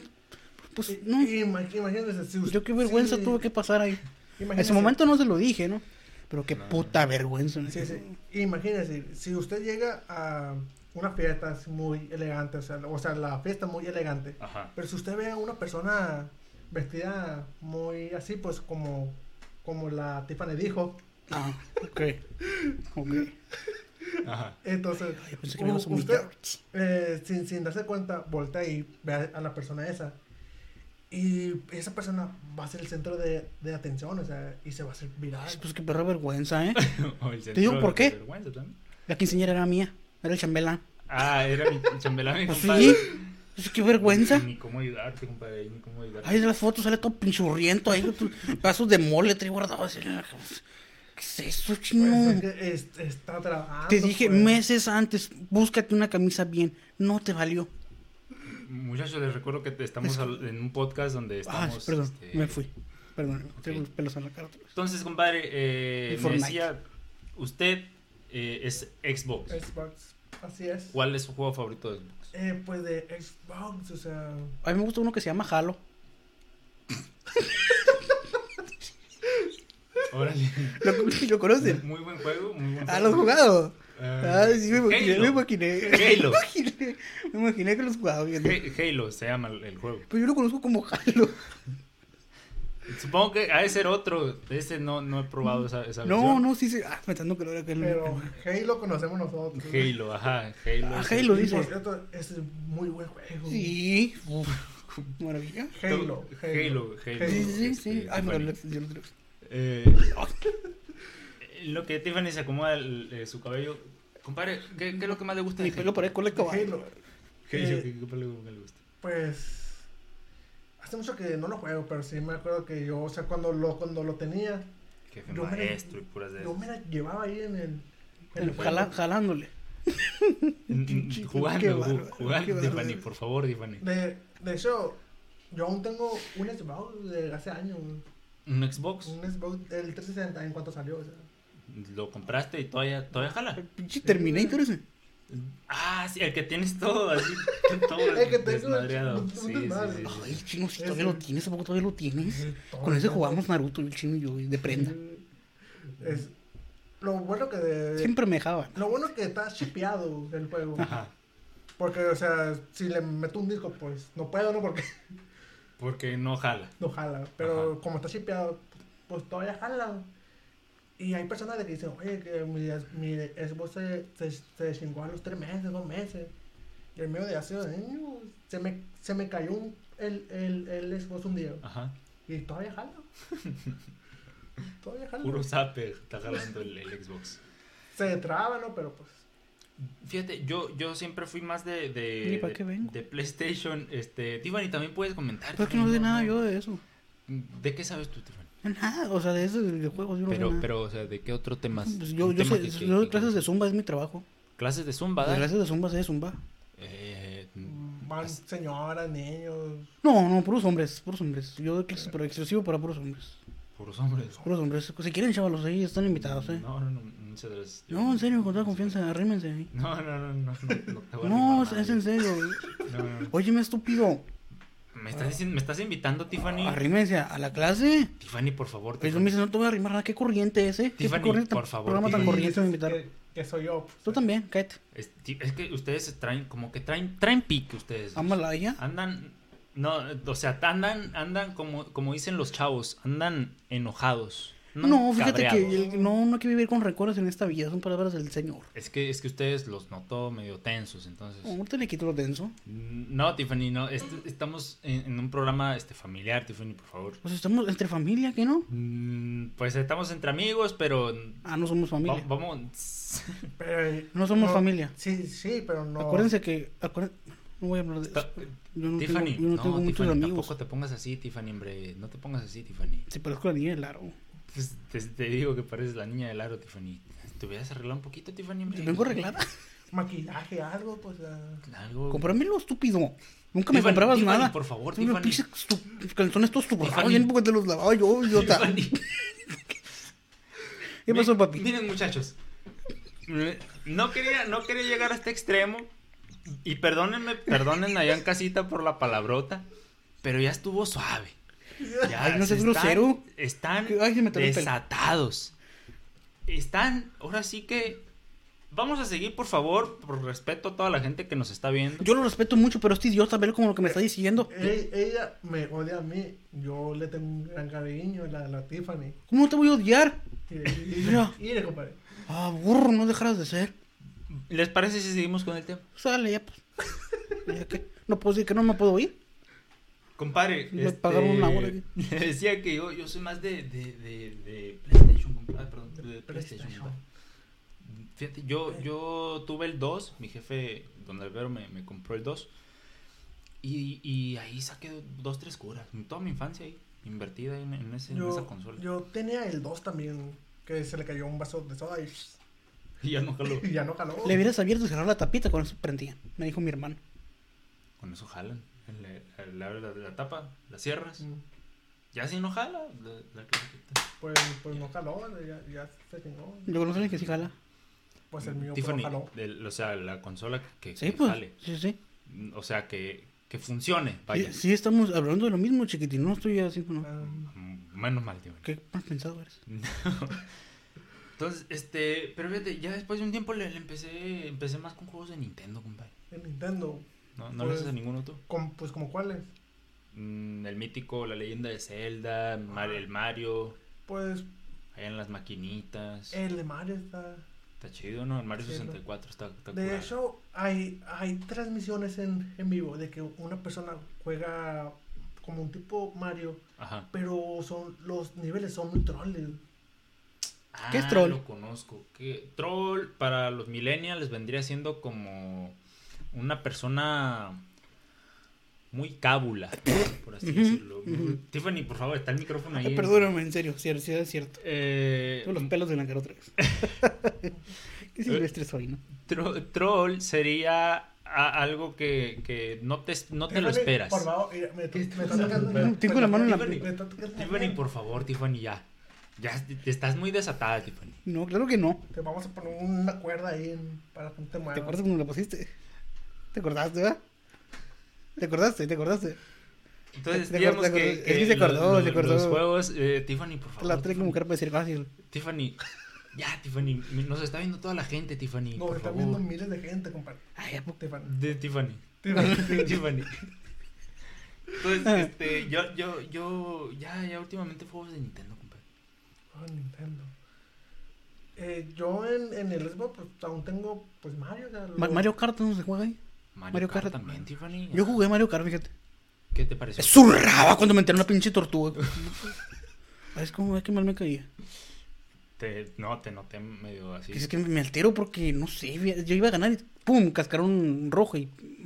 Speaker 2: pues, no.
Speaker 4: Y- ima- Imagínense, si usted-
Speaker 2: Pues Yo qué vergüenza
Speaker 4: sí,
Speaker 2: tuve que pasar ahí. En
Speaker 4: imagínense-
Speaker 2: su momento no se lo dije, ¿no? Pero qué
Speaker 3: No.
Speaker 2: puta vergüenza. ¿no?
Speaker 4: Sí, sí. Imagínense, si usted llega a una fiesta así muy elegante, o sea, o sea, la fiesta muy elegante.
Speaker 3: Ajá.
Speaker 4: Pero si usted ve a una persona vestida muy así, pues como, como la Tiffany dijo,
Speaker 2: Ah, ok. Ok.
Speaker 3: Ajá.
Speaker 4: entonces
Speaker 2: Yo pensé que me ibas a
Speaker 4: u- usted
Speaker 2: humillar.
Speaker 4: eh, sin, sin darse cuenta voltea y ve a, a la persona esa. Y esa persona va a ser el centro de, de atención, o sea, y se va a hacer viral.
Speaker 2: Ay, Pues qué perra vergüenza, ¿eh?
Speaker 3: O el
Speaker 2: digo
Speaker 3: centro
Speaker 2: por
Speaker 3: de
Speaker 2: qué.
Speaker 3: vergüenza también.
Speaker 2: La quinceañera era mía, era el chambelán.
Speaker 3: Ah, era mi chambelán, mi
Speaker 2: Pues
Speaker 3: compadre.
Speaker 2: sí, pues qué vergüenza.
Speaker 3: Ni cómo ayudarte, compadre, ni cómo ayudarte.
Speaker 2: Ahí de las fotos sale todo pinchurriento, ahí con tus vasos de mole, tres guardados. ah, pues, ¿Qué es eso, chino?
Speaker 4: Pues, es que es- está trabajando.
Speaker 2: Te dije
Speaker 4: pues.
Speaker 2: meses antes, búscate una camisa bien. No te valió.
Speaker 3: Muchachos, les recuerdo que te- estamos al- en un podcast donde
Speaker 2: Ah,
Speaker 3: estamos...
Speaker 2: perdón,
Speaker 3: este,
Speaker 2: me fui. Perdón, tengo los pelos en la cara. otra vez.
Speaker 3: Entonces, compadre, eh,
Speaker 2: Y
Speaker 3: me
Speaker 2: Fortnite.
Speaker 3: decía, usted eh, es Xbox.
Speaker 4: Xbox, así es.
Speaker 3: ¿Cuál es su juego favorito de Xbox?
Speaker 4: Eh, pues de Xbox, o sea.
Speaker 2: A mí me gusta uno que se llama Halo.
Speaker 3: Órale.
Speaker 2: ¿Lo, lo conocen?
Speaker 3: Muy buen juego, muy buen
Speaker 2: ¿Ah,
Speaker 3: juego.
Speaker 2: lo has jugado?
Speaker 3: Ah,
Speaker 2: Ah, sí, me imaginé, me
Speaker 3: Halo.
Speaker 2: imaginé.
Speaker 3: Halo.
Speaker 2: Me imaginé, me imaginé que los jugaba bien.
Speaker 3: He- Halo se llama el el juego.
Speaker 2: Pero yo lo conozco como Halo.
Speaker 3: Supongo que ha de ser otro. Ese no, no he probado esa, esa
Speaker 2: No,
Speaker 3: versión.
Speaker 2: no, sí, sí. Ah, pensando que lo era que
Speaker 4: Pero Halo conocemos nosotros.
Speaker 3: Halo, ajá. Halo.
Speaker 2: Ah,
Speaker 3: es
Speaker 2: Halo
Speaker 3: el-
Speaker 4: Y por
Speaker 2: dice.
Speaker 4: cierto, es muy buen juego.
Speaker 2: Sí. Uf, maravilla.
Speaker 4: Halo.
Speaker 3: Halo, Halo.
Speaker 2: Sí,
Speaker 4: Halo.
Speaker 2: sí, sí.
Speaker 3: Este,
Speaker 2: Ay, me
Speaker 3: Tiffany.
Speaker 2: dolió, yo lo creo.
Speaker 3: Eh, en lo que Tiffany se acomoda el- eh, su cabello. Compadre, ¿qué, qué es lo que más le gusta? de
Speaker 2: Mi pelo
Speaker 3: Halo?
Speaker 2: parece cola de caballo.
Speaker 4: Halo.
Speaker 3: Halo,
Speaker 4: Eh,
Speaker 3: ¿qué, qué pelo que le gusta?
Speaker 4: Pues. Hace mucho que no lo juego, pero sí me acuerdo que yo, o sea, cuando lo, cuando lo tenía,
Speaker 3: Jefe
Speaker 4: yo me la-
Speaker 3: maestro y puras de
Speaker 4: yo me la llevaba ahí en el. en el
Speaker 2: Jala- Jalándole.
Speaker 3: Mm,
Speaker 2: Chico, qué
Speaker 3: Jugando, ju-
Speaker 2: bárbaro, qué
Speaker 3: jugando, Tiffany,
Speaker 2: bárbaro.
Speaker 3: por favor, Tiffany.
Speaker 4: De, de hecho, yo aún tengo un Xbox de hace años. Un
Speaker 3: ¿Un Xbox?
Speaker 4: Xbox del 360 en cuanto salió. O sea.
Speaker 3: ¿Lo compraste y todavía, todavía jala?
Speaker 2: Pinche Terminator ese.
Speaker 3: Ah, sí, el que tienes todo así, todo
Speaker 4: El que tengo
Speaker 3: desmadreado.
Speaker 4: un- un
Speaker 3: Sí, sí,
Speaker 4: desmadre.
Speaker 3: sí, sí,
Speaker 2: Ay,
Speaker 3: sí.
Speaker 2: chino, si todavía lo
Speaker 4: Ese.
Speaker 2: tienes, ¿a poco todavía lo tienes?
Speaker 4: Sí,
Speaker 2: Con ese
Speaker 4: todavía.
Speaker 2: jugamos Naruto, el chino y yo, de prenda.
Speaker 4: Es, lo bueno que. de-
Speaker 2: Siempre me dejaban.
Speaker 4: Lo bueno que está shipeado el juego.
Speaker 3: Ajá.
Speaker 4: Porque, o sea, si le meto un disco, pues no puedo, ¿no? Porque
Speaker 3: Porque no jala.
Speaker 4: no jala. Pero
Speaker 3: Ajá.
Speaker 4: como está shipeado, pues todavía jala. Y hay personas de que dicen, oye, que mi, mi Xbox se, se, se chingó a los tres meses, dos meses. Y el mío de hace años se me, se me cayó un- el, el, el Xbox un día.
Speaker 3: Ajá.
Speaker 4: Y todavía jala. todavía jala.
Speaker 3: Puro zapper está jalando el- el Xbox.
Speaker 4: Se traba, ¿no? Pero pues.
Speaker 3: Fíjate, yo, yo siempre fui más de, de,
Speaker 2: Ni para qué vengo.
Speaker 3: de PlayStation. Este, Tiffany, también puedes comentar.
Speaker 2: Pero es que
Speaker 3: Tiffany,
Speaker 2: no sé nada yo de eso.
Speaker 3: ¿De qué sabes tú, Tiffany?
Speaker 2: Nada, o sea, de esos videojuegos yo no sé
Speaker 3: Pero,
Speaker 2: nada.
Speaker 3: pero, o sea, ¿de qué otro tema?
Speaker 2: Pues yo,
Speaker 3: un
Speaker 2: yo,
Speaker 3: tema
Speaker 2: sé-
Speaker 3: que- que-
Speaker 2: yo doy
Speaker 3: que-
Speaker 2: clases de zumba, es mi trabajo.
Speaker 3: Clases de Zumba,
Speaker 2: Las
Speaker 3: ¿da?
Speaker 2: clases de zumba es de zumba.
Speaker 3: Eh,
Speaker 4: Van
Speaker 3: has-
Speaker 4: señoras, niños.
Speaker 2: No, no, puros hombres, puros hombres. Yo doy clases, pero exclusivo para puros hombres.
Speaker 3: puros hombres.
Speaker 2: Puros hombres. Si quieren, chavalos, ahí están invitados, ¿eh?
Speaker 3: No, no, no, muchas gracias.
Speaker 2: No, en serio, con toda confianza, arrímense ahí.
Speaker 3: No, no, no, no, no, no te voy a
Speaker 2: No,
Speaker 3: arrimar
Speaker 2: es,
Speaker 3: nadie.
Speaker 2: es en serio.
Speaker 3: No, no, no.
Speaker 2: Óyeme, estúpido.
Speaker 3: ¿Me estás, diciendo, ¿Me estás invitando, Tiffany?
Speaker 2: Arrímense a, a la clase.
Speaker 3: Tiffany, por favor.
Speaker 2: Pues
Speaker 3: Tiffany.
Speaker 2: no me dices, no te voy a arrimar nada. ¿Qué corriente es, eh? ¿Qué
Speaker 3: Tiffany,
Speaker 2: corriente tan-
Speaker 3: por favor,
Speaker 2: programa tan
Speaker 3: Tiffany.
Speaker 2: corriente me invitaron?
Speaker 4: que, que soy yo. pues.
Speaker 2: Tú también, cállate.
Speaker 3: Es, ti- es que ustedes traen, como que traen, traen pique ustedes.
Speaker 2: Ámala ella.
Speaker 3: Andan, no, o sea, andan, andan como, como dicen los chavos, andan enojados.
Speaker 2: No, fíjate que
Speaker 3: cabreados.
Speaker 2: el- no, no hay que vivir con recuerdos en esta vida, son palabras del Señor.
Speaker 3: Es que, es que ustedes los notó medio tensos, entonces.
Speaker 2: Ahorita le quito lo denso.
Speaker 3: No, Tiffany, no. Este- estamos en, en un programa este, familiar, Tiffany, por favor.
Speaker 2: Pues estamos entre familia, ¿qué no?
Speaker 3: Mm, Pues estamos entre amigos, pero. va-
Speaker 2: Ah, no somos familia.
Speaker 3: Vamos.
Speaker 4: Pero, eh,
Speaker 2: No somos familia.
Speaker 4: Sí, sí, pero no.
Speaker 2: Acuérdense que. acuér- No voy a hablar de eso.
Speaker 3: Ta-
Speaker 2: Yo no
Speaker 3: Tiffany,
Speaker 2: tengo, yo no tengo muchos
Speaker 3: Tiffany,
Speaker 2: amigos.
Speaker 3: tampoco te pongas así, Tiffany, hombre. No te pongas así, Tiffany.
Speaker 2: Se parezco a la niña del aro.
Speaker 3: Pues, te, te digo que pareces la niña del aro, Tiffany. ¿Te hubieras arreglado un poquito, Tiffany, hombre?
Speaker 2: ¿Te vengo arreglada?
Speaker 4: Maquillaje, algo, pues. ah.
Speaker 3: Algo.
Speaker 2: Comprámelo, estúpido. Nunca me
Speaker 3: Tiffany,
Speaker 2: comprabas
Speaker 3: Tiffany,
Speaker 2: nada.
Speaker 3: por favor,
Speaker 2: Son unos
Speaker 3: Tiffany.
Speaker 2: pinches estu- calzones todos
Speaker 3: Tiffany.
Speaker 2: zurrados. Bien porque te los lavaba yo, idiota.
Speaker 3: Tiffany.
Speaker 2: ¿Qué pasó, papi?
Speaker 3: Miren, muchachos. No quería, no quería llegar a este extremo. Y perdónenme, perdonen allá en casita por la palabrota. Pero ya estuvo suave. Ya
Speaker 2: Ay, no
Speaker 3: se
Speaker 2: seas grosero.
Speaker 3: Están
Speaker 2: Ay, se me atoró el pelo.
Speaker 3: desatados. Están, ahora sí que. Vamos a seguir, por favor, por respeto a toda la gente que nos está viendo.
Speaker 2: Yo lo respeto mucho, pero este idiota, velo como lo que me está diciendo.
Speaker 3: Eh.
Speaker 4: E- Ella me odia a mí. Yo le tengo un gran cariño, la, la Tiffany.
Speaker 2: ¿Cómo no te voy a odiar?
Speaker 4: Y, y-
Speaker 2: Mira.
Speaker 4: y le compadre.
Speaker 2: Ah, burro, no dejarás de ser.
Speaker 3: ¿Les parece si seguimos con el tema?
Speaker 2: Sale ya, pues. Ya que- No puedo decir que no me puedo ir.
Speaker 3: Compadre,
Speaker 2: Me pagaron una hora.
Speaker 3: le decía que yo, yo soy más de, de, de, de PlayStation, compadre, perdón, de PlayStation.
Speaker 4: PlayStation.
Speaker 3: compadre. Fíjate, yo, yo tuve el 2, mi jefe, don Albero, me, me compró el 2. Y, y ahí saqué dos, tres curas. Toda mi infancia ahí, invertida en, en ese- en esa
Speaker 4: Yo,
Speaker 3: consola.
Speaker 4: yo tenía el 2 también, que se le cayó un vaso de soda y,
Speaker 3: Y ya no jaló.
Speaker 4: y ya no caló.
Speaker 2: Le hubieras abierto y cerrado la tapita, con eso prendía. Me dijo mi hermano.
Speaker 3: Con eso jalan. Le, le abres la, la tapa, la cierras. Ya si no jala, la, la
Speaker 4: Mm, Pues, pues no caló, ya, ya se chingó.
Speaker 2: Luego no saben que sí jala.
Speaker 4: Pues el mío
Speaker 3: Tiffany,
Speaker 4: no caló.
Speaker 3: el- o sea, la consola que,
Speaker 2: Sí,
Speaker 3: que
Speaker 2: pues.
Speaker 3: jale.
Speaker 2: Sí, sí.
Speaker 3: O sea, que, que funcione.
Speaker 2: Sí,
Speaker 3: Vaya.
Speaker 2: sí estamos hablando de lo mismo, chiquitín. No estoy haciendo nada.
Speaker 4: Ah,
Speaker 3: Mm, Menos mal, tío.
Speaker 2: ¿Qué más pensado eres?
Speaker 3: Entonces, este, pero fíjate, ya después de un tiempo le, le empecé, empecé más con juegos de Nintendo, compadre.
Speaker 4: el Nintendo.
Speaker 3: No, no le
Speaker 4: Pues-
Speaker 3: haces a ninguno tú.
Speaker 4: Con, pues como cuáles.
Speaker 3: Mm, el mítico, la leyenda de Zelda, Mar- el Mario,
Speaker 4: Pues
Speaker 3: allá en las maquinitas.
Speaker 4: el de Mario está.
Speaker 3: Está chido, ¿no? El Mario
Speaker 4: Sí,
Speaker 3: 64 está, está
Speaker 4: De
Speaker 3: curado.
Speaker 4: hecho, hay, hay transmisiones en, en vivo de que una persona juega como un tipo Mario,
Speaker 3: Ajá.
Speaker 4: pero son los niveles son muy troles.
Speaker 2: ¿Qué es
Speaker 3: Ah,
Speaker 2: troll?
Speaker 3: Lo conozco. ¿Qué? Troll para los millennials vendría siendo como una persona muy cábula, por así
Speaker 2: Ujú,
Speaker 3: decirlo.
Speaker 2: ujú.
Speaker 3: Tiffany, por favor, está el micrófono ahí.
Speaker 2: Ay, perdóname, en serio. Sí, sí, es cierto.
Speaker 3: Eh,
Speaker 2: Tengo los pelos de la cara otra vez. Qué silvestre soy, ¿no?
Speaker 3: tro- troll sería a- algo que, que no te, no te lo
Speaker 4: Tiffany,
Speaker 3: esperas.
Speaker 4: Por favor, mira, me, me está
Speaker 2: No,
Speaker 4: tocando.
Speaker 2: tengo la mano en la-
Speaker 4: Me está tocando.
Speaker 3: Tiffany, por favor, Tiffany, ya. Ya te- te estás muy desatada, Tiffany.
Speaker 2: No, claro que no.
Speaker 4: Te vamos a poner una cuerda ahí en- para que no te muevas.
Speaker 2: ¿Te acuerdas cuando la pusiste? ¿Te acordaste, verdad? ¿Te acordaste? ¿Te acordaste?
Speaker 3: Entonces,
Speaker 2: Te acordó,
Speaker 3: digamos
Speaker 2: te acordó.
Speaker 3: que,
Speaker 2: Es que se
Speaker 3: los-
Speaker 2: acordó,
Speaker 3: los,
Speaker 2: se acordó.
Speaker 3: los juegos, eh, Tiffany, por
Speaker 2: Te
Speaker 3: favor.
Speaker 2: la trae como
Speaker 3: Tiffany.
Speaker 2: carpa de Ah, decir fácil.
Speaker 3: Tiffany, ya, Tiffany, me- nos está viendo toda la gente, Tiffany.
Speaker 4: Nos
Speaker 3: por
Speaker 4: están
Speaker 3: favor.
Speaker 4: viendo miles de gente, compadre.
Speaker 2: Ay, ¿a poco?
Speaker 4: Tiffany.
Speaker 3: De Tiffany. Tiffany. Entonces, este, yo, yo, yo, ya, ya últimamente juegos de Nintendo, compadre.
Speaker 4: Oh, Nintendo. Eh, yo en, en el Xbox pues, aún tengo pues Mario. o sea,
Speaker 2: Ma-
Speaker 4: lo-
Speaker 2: Mario Kart no se juega ahí. Mario Kart.
Speaker 3: también, Tiffany.
Speaker 2: Yo jugué Mario Kart, fíjate.
Speaker 3: ¿Qué te pareció?
Speaker 2: Zurraba cuando me enteré una pinche tortuga. Es como, es que mal me caía.
Speaker 3: Te- no, te noté medio así.
Speaker 2: Que Es que me altero porque, no sé, vi- yo iba a ganar y pum, cascaron rojo y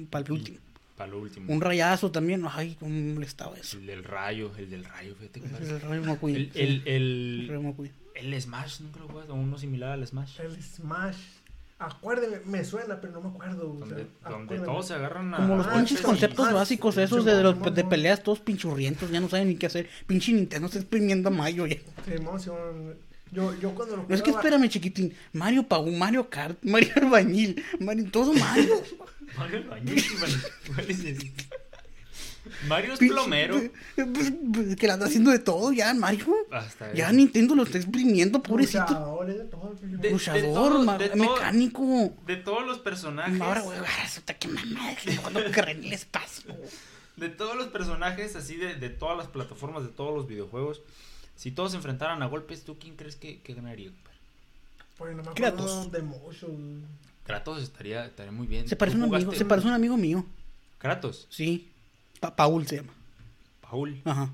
Speaker 2: para el último.
Speaker 3: Para lo último.
Speaker 2: Un rayazo también, ay, cómo me molestaba eso.
Speaker 3: El del rayo, el del rayo, fíjate, compadre.
Speaker 2: El rayo McQueen.
Speaker 3: El,
Speaker 2: sí,
Speaker 3: el,
Speaker 2: el
Speaker 3: el,
Speaker 2: rayo McQueen.
Speaker 3: el Smash, nunca lo juegas, o uno similar al Smash.
Speaker 4: El Smash. Acuérdeme, me suena, pero no me acuerdo. o sea,
Speaker 3: Donde, donde
Speaker 4: acuérdame.
Speaker 3: todos se agarran a.
Speaker 2: Como los
Speaker 3: a
Speaker 2: pinches
Speaker 3: golpes y-
Speaker 2: conceptos
Speaker 4: ah,
Speaker 2: básicos
Speaker 4: sí,
Speaker 2: esos
Speaker 4: sí,
Speaker 2: de, los,
Speaker 4: Simón,
Speaker 2: de
Speaker 4: Simón.
Speaker 2: peleas todos pinchurrientos, ya no saben ni qué hacer. Pinche Nintendo está exprimiendo a Mayo ya.
Speaker 4: Sí, vamos, sí, vamos. Yo, yo cuando lo
Speaker 2: No es que
Speaker 4: jugaba-
Speaker 2: espérame, chiquitín. Mario Pagú, Mario Kart, Mario Albañil, Mario, todo Mario.
Speaker 3: Mario Albañil, Tiffany. ¿Cuál es ese? Mario es
Speaker 2: Pinche- pues,
Speaker 3: plomero.
Speaker 2: Que la anda haciendo de todo ya, Mario.
Speaker 3: Hasta
Speaker 2: Ya
Speaker 3: eso.
Speaker 2: Nintendo lo está exprimiendo, pobrecito.
Speaker 4: Luchadores de todo, sí,
Speaker 3: De-
Speaker 2: Pues,
Speaker 3: de
Speaker 2: Luchador,
Speaker 3: todo-
Speaker 2: ma-
Speaker 3: de todo-
Speaker 2: mecánico.
Speaker 3: De todos los personajes.
Speaker 2: Ahora, güey, ahora resulta que mamá cuando corre en el espacio.
Speaker 3: De todos los personajes, así de, de todas las plataformas, de todos los videojuegos. Si todos se enfrentaran a golpes, ¿tú quién crees que, que ganaría, compadre?
Speaker 4: Porque pues, no me acuerdo
Speaker 2: Kratos.
Speaker 4: de mucho. güey.
Speaker 3: Kratos estaría, estaría muy bien.
Speaker 2: Se parece un
Speaker 3: ¿Tú
Speaker 2: amigo,
Speaker 3: jugaste
Speaker 2: se parece un amigo mío.
Speaker 3: Kratos,
Speaker 2: Sí. Pa- Paul se llama.
Speaker 3: Paul.
Speaker 2: Ajá.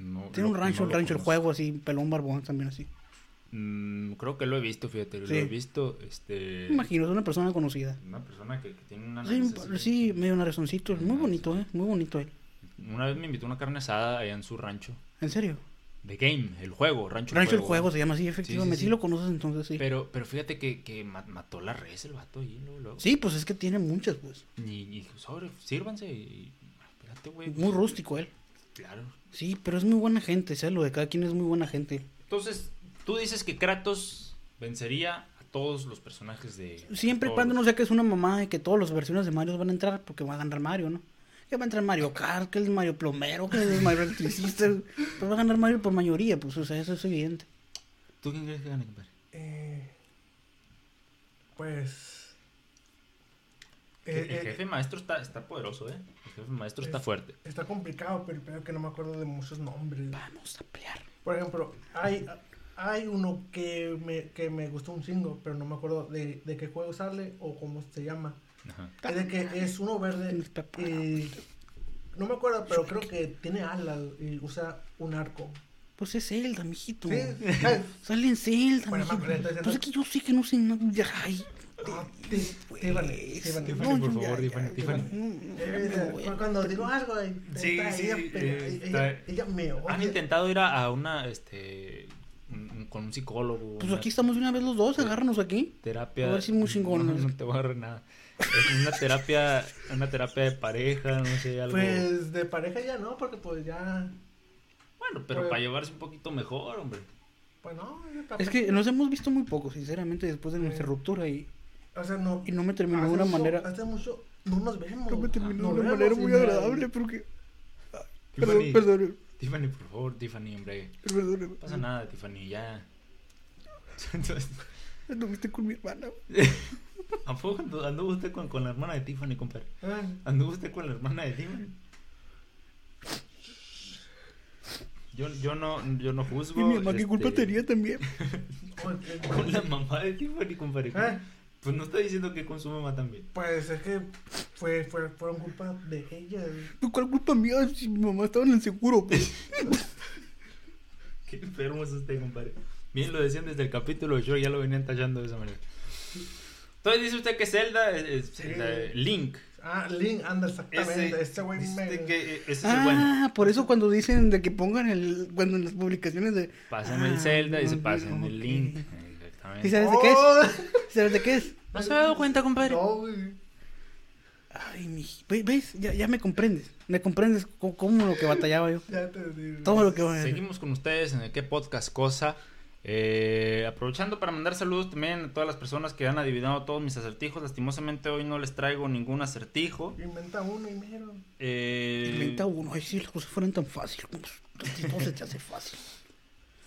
Speaker 3: No,
Speaker 2: Tiene
Speaker 3: no-
Speaker 2: un rancho,
Speaker 3: no
Speaker 2: un
Speaker 3: lo
Speaker 2: rancho el
Speaker 3: conozco.
Speaker 2: juego así, pelón barbón también así.
Speaker 3: Mm, creo que lo he visto, fíjate, lo
Speaker 2: Sí.
Speaker 3: he visto. Este,
Speaker 2: Me imagino, es una persona conocida.
Speaker 3: Una persona que, que tiene una
Speaker 2: Sí,
Speaker 3: nariz
Speaker 2: un-
Speaker 3: así.
Speaker 2: sí, medio narezoncito, muy
Speaker 3: Ah,
Speaker 2: bonito, eh, muy bonito él.
Speaker 3: Una vez me invitó a una carne asada allá en su rancho.
Speaker 2: ¿En serio?
Speaker 3: The Game, el juego, Rancho,
Speaker 2: Rancho el
Speaker 3: el
Speaker 2: juego se llama así, efectivamente.
Speaker 3: sí,
Speaker 2: Sí,
Speaker 3: sí.
Speaker 2: lo conoces entonces, sí.
Speaker 3: Pero, pero fíjate que, que ma- mató la res el vato ahí, luego, luego.
Speaker 2: Sí, pues es que tiene muchas, pues.
Speaker 3: Y, y dijo, sobre, sírvanse y... Espérate, güey. pues,
Speaker 2: Muy rústico él.
Speaker 3: Claro.
Speaker 2: Sí, pero es muy buena gente, sea lo de cada quien es muy buena gente.
Speaker 3: Entonces, tú dices que Kratos vencería a todos los personajes de...
Speaker 2: Siempre y
Speaker 3: todos
Speaker 2: cuando no
Speaker 3: los-
Speaker 2: sea que es una mamá de que todas las versiones de Mario van a entrar porque va a ganar Mario, ¿no? Que va a entrar Mario Kart, que el Mario Plomero, que el Mario Electricista. Pues va a ganar Mario por mayoría, pues, o sea, eso es evidente.
Speaker 3: ¿Tú quién crees que gane, compadre?
Speaker 4: Eh, pues. eh,
Speaker 3: El, el
Speaker 4: eh,
Speaker 3: jefe maestro está, está poderoso, ¿eh? El jefe maestro está
Speaker 4: Es-
Speaker 3: fuerte.
Speaker 4: Está complicado, pero creo que no me acuerdo de muchos nombres.
Speaker 2: Vamos a pelear.
Speaker 4: Por ejemplo, hay, hay uno que me, que me gustó un chingo, pero no me acuerdo de, de qué juego sale o cómo se llama.
Speaker 3: Ajá.
Speaker 4: Es de que es uno verde
Speaker 2: Tienes preparado.
Speaker 4: y no me acuerdo, pero creo que tiene alas y usa un arco.
Speaker 2: Pues es Zelda, mijito.
Speaker 4: Sí,
Speaker 2: Sale en Zelda,
Speaker 4: Bueno,
Speaker 2: mijito.
Speaker 4: me acuerdo, entonces,
Speaker 2: Pues es que yo sé que no sé nada. Ay,
Speaker 4: Ah, Ti- Tiffany,
Speaker 2: este
Speaker 4: Tiffany.
Speaker 3: Tiffany, por
Speaker 2: yo ya,
Speaker 3: favor,
Speaker 2: ya,
Speaker 3: Tiffany,
Speaker 2: ya,
Speaker 3: Tiffany.
Speaker 2: no, no, ya
Speaker 4: Eh,
Speaker 2: me voy.
Speaker 4: eh, Cuando digo algo, eh,
Speaker 3: Sí,
Speaker 4: ella-
Speaker 3: sí, sí,
Speaker 4: pero
Speaker 3: eh,
Speaker 4: ella,
Speaker 3: está-
Speaker 4: ella me
Speaker 3: Han
Speaker 4: odia.
Speaker 3: intentado ir a, a una, este... un- un- con un psicólogo.
Speaker 2: Pues
Speaker 3: una
Speaker 2: aquí estamos de una vez los dos, agárranos aquí.
Speaker 3: terapia.
Speaker 2: A ver si muy chingón.
Speaker 3: No, no te voy a agarrar nada. Es una terapia, una terapia de pareja, no sé, algo.
Speaker 4: Pues de pareja ya no, porque pues ya.
Speaker 3: bueno, pero
Speaker 4: pues-
Speaker 3: para llevarse un poquito mejor, hombre.
Speaker 4: Pues no,
Speaker 2: Es que nos hemos visto muy poco, sinceramente, después de nuestra
Speaker 4: Sí. Ah,
Speaker 2: ruptura y,
Speaker 4: O sea, no.
Speaker 2: y no me terminó de
Speaker 4: hace
Speaker 2: una
Speaker 4: mucho-
Speaker 2: manera.
Speaker 4: Hace mucho no nos vemos.
Speaker 2: No me terminó
Speaker 3: ah,
Speaker 4: Nos
Speaker 2: de una
Speaker 4: vemos
Speaker 2: manera
Speaker 4: y
Speaker 2: muy
Speaker 4: me-
Speaker 2: agradable pues. porque. Ay, Perdón,
Speaker 3: Tiffany.
Speaker 2: perdón,
Speaker 3: Tiffany, por favor, Tiffany, hombre.
Speaker 2: perdón.
Speaker 3: No pasa nada, Tiffany, ya. Entonces,
Speaker 2: Anduviste con mi hermana.
Speaker 3: ¿A poco andu- anduvo usted con, con la hermana de Tiffany, compadre?
Speaker 4: Ay,
Speaker 3: ¿Anduvo usted con la hermana de Tiffany? Yo, yo no yo no juzgo.
Speaker 2: Y mi mamá, qué culpa
Speaker 3: este,
Speaker 2: tenía también.
Speaker 4: porque-
Speaker 3: Con la mamá de Tiffany, compadre.
Speaker 4: Ah.
Speaker 3: Pues no está diciendo que con su mamá también.
Speaker 4: Pues es que fue, fue, fueron culpa de ella.
Speaker 2: ¿Tú cuál culpa mía si mi mamá estaba en el seguro? pues?
Speaker 3: Qué enfermo es usted, compadre. Bien, lo decían desde el capítulo de Shore, ya lo venían tallando de esa manera. Entonces dice usted que Zelda es, es Zelda, eh, Link.
Speaker 4: Ah, Link anda exactamente.
Speaker 3: Ese,
Speaker 4: este güey
Speaker 3: dice
Speaker 4: me.
Speaker 3: usted que eh, ese es el bueno.
Speaker 2: Ah, por eso cuando dicen de que pongan el. Cuando en las publicaciones de.
Speaker 3: Pásame el
Speaker 2: Ah,
Speaker 3: Zelda y se
Speaker 2: no,
Speaker 3: pasan el
Speaker 2: ok.
Speaker 3: Link.
Speaker 2: ¿Y
Speaker 3: Exactamente.
Speaker 2: sabes de qué es?
Speaker 4: ¡Oh!
Speaker 2: ¿Sabes de qué es?
Speaker 3: ¿No se ha dado cuenta, compadre?
Speaker 4: No, güey.
Speaker 2: Ay, mi. ve- ¿Ves? Ya, ya me comprendes. Me comprendes co- cómo lo que batallaba yo.
Speaker 4: Ya te digo.
Speaker 2: Todo lo que.
Speaker 3: Seguimos con ustedes en el qué podcast cosa. Eh, aprovechando para mandar saludos también a todas las personas que han adivinado todos mis acertijos. Lastimosamente hoy no les traigo ningún acertijo.
Speaker 4: Inventa uno y mero.
Speaker 3: Eh,
Speaker 2: Inventa uno. Ay, si las cosas fueran tan fáciles. Todo se te hace fácil.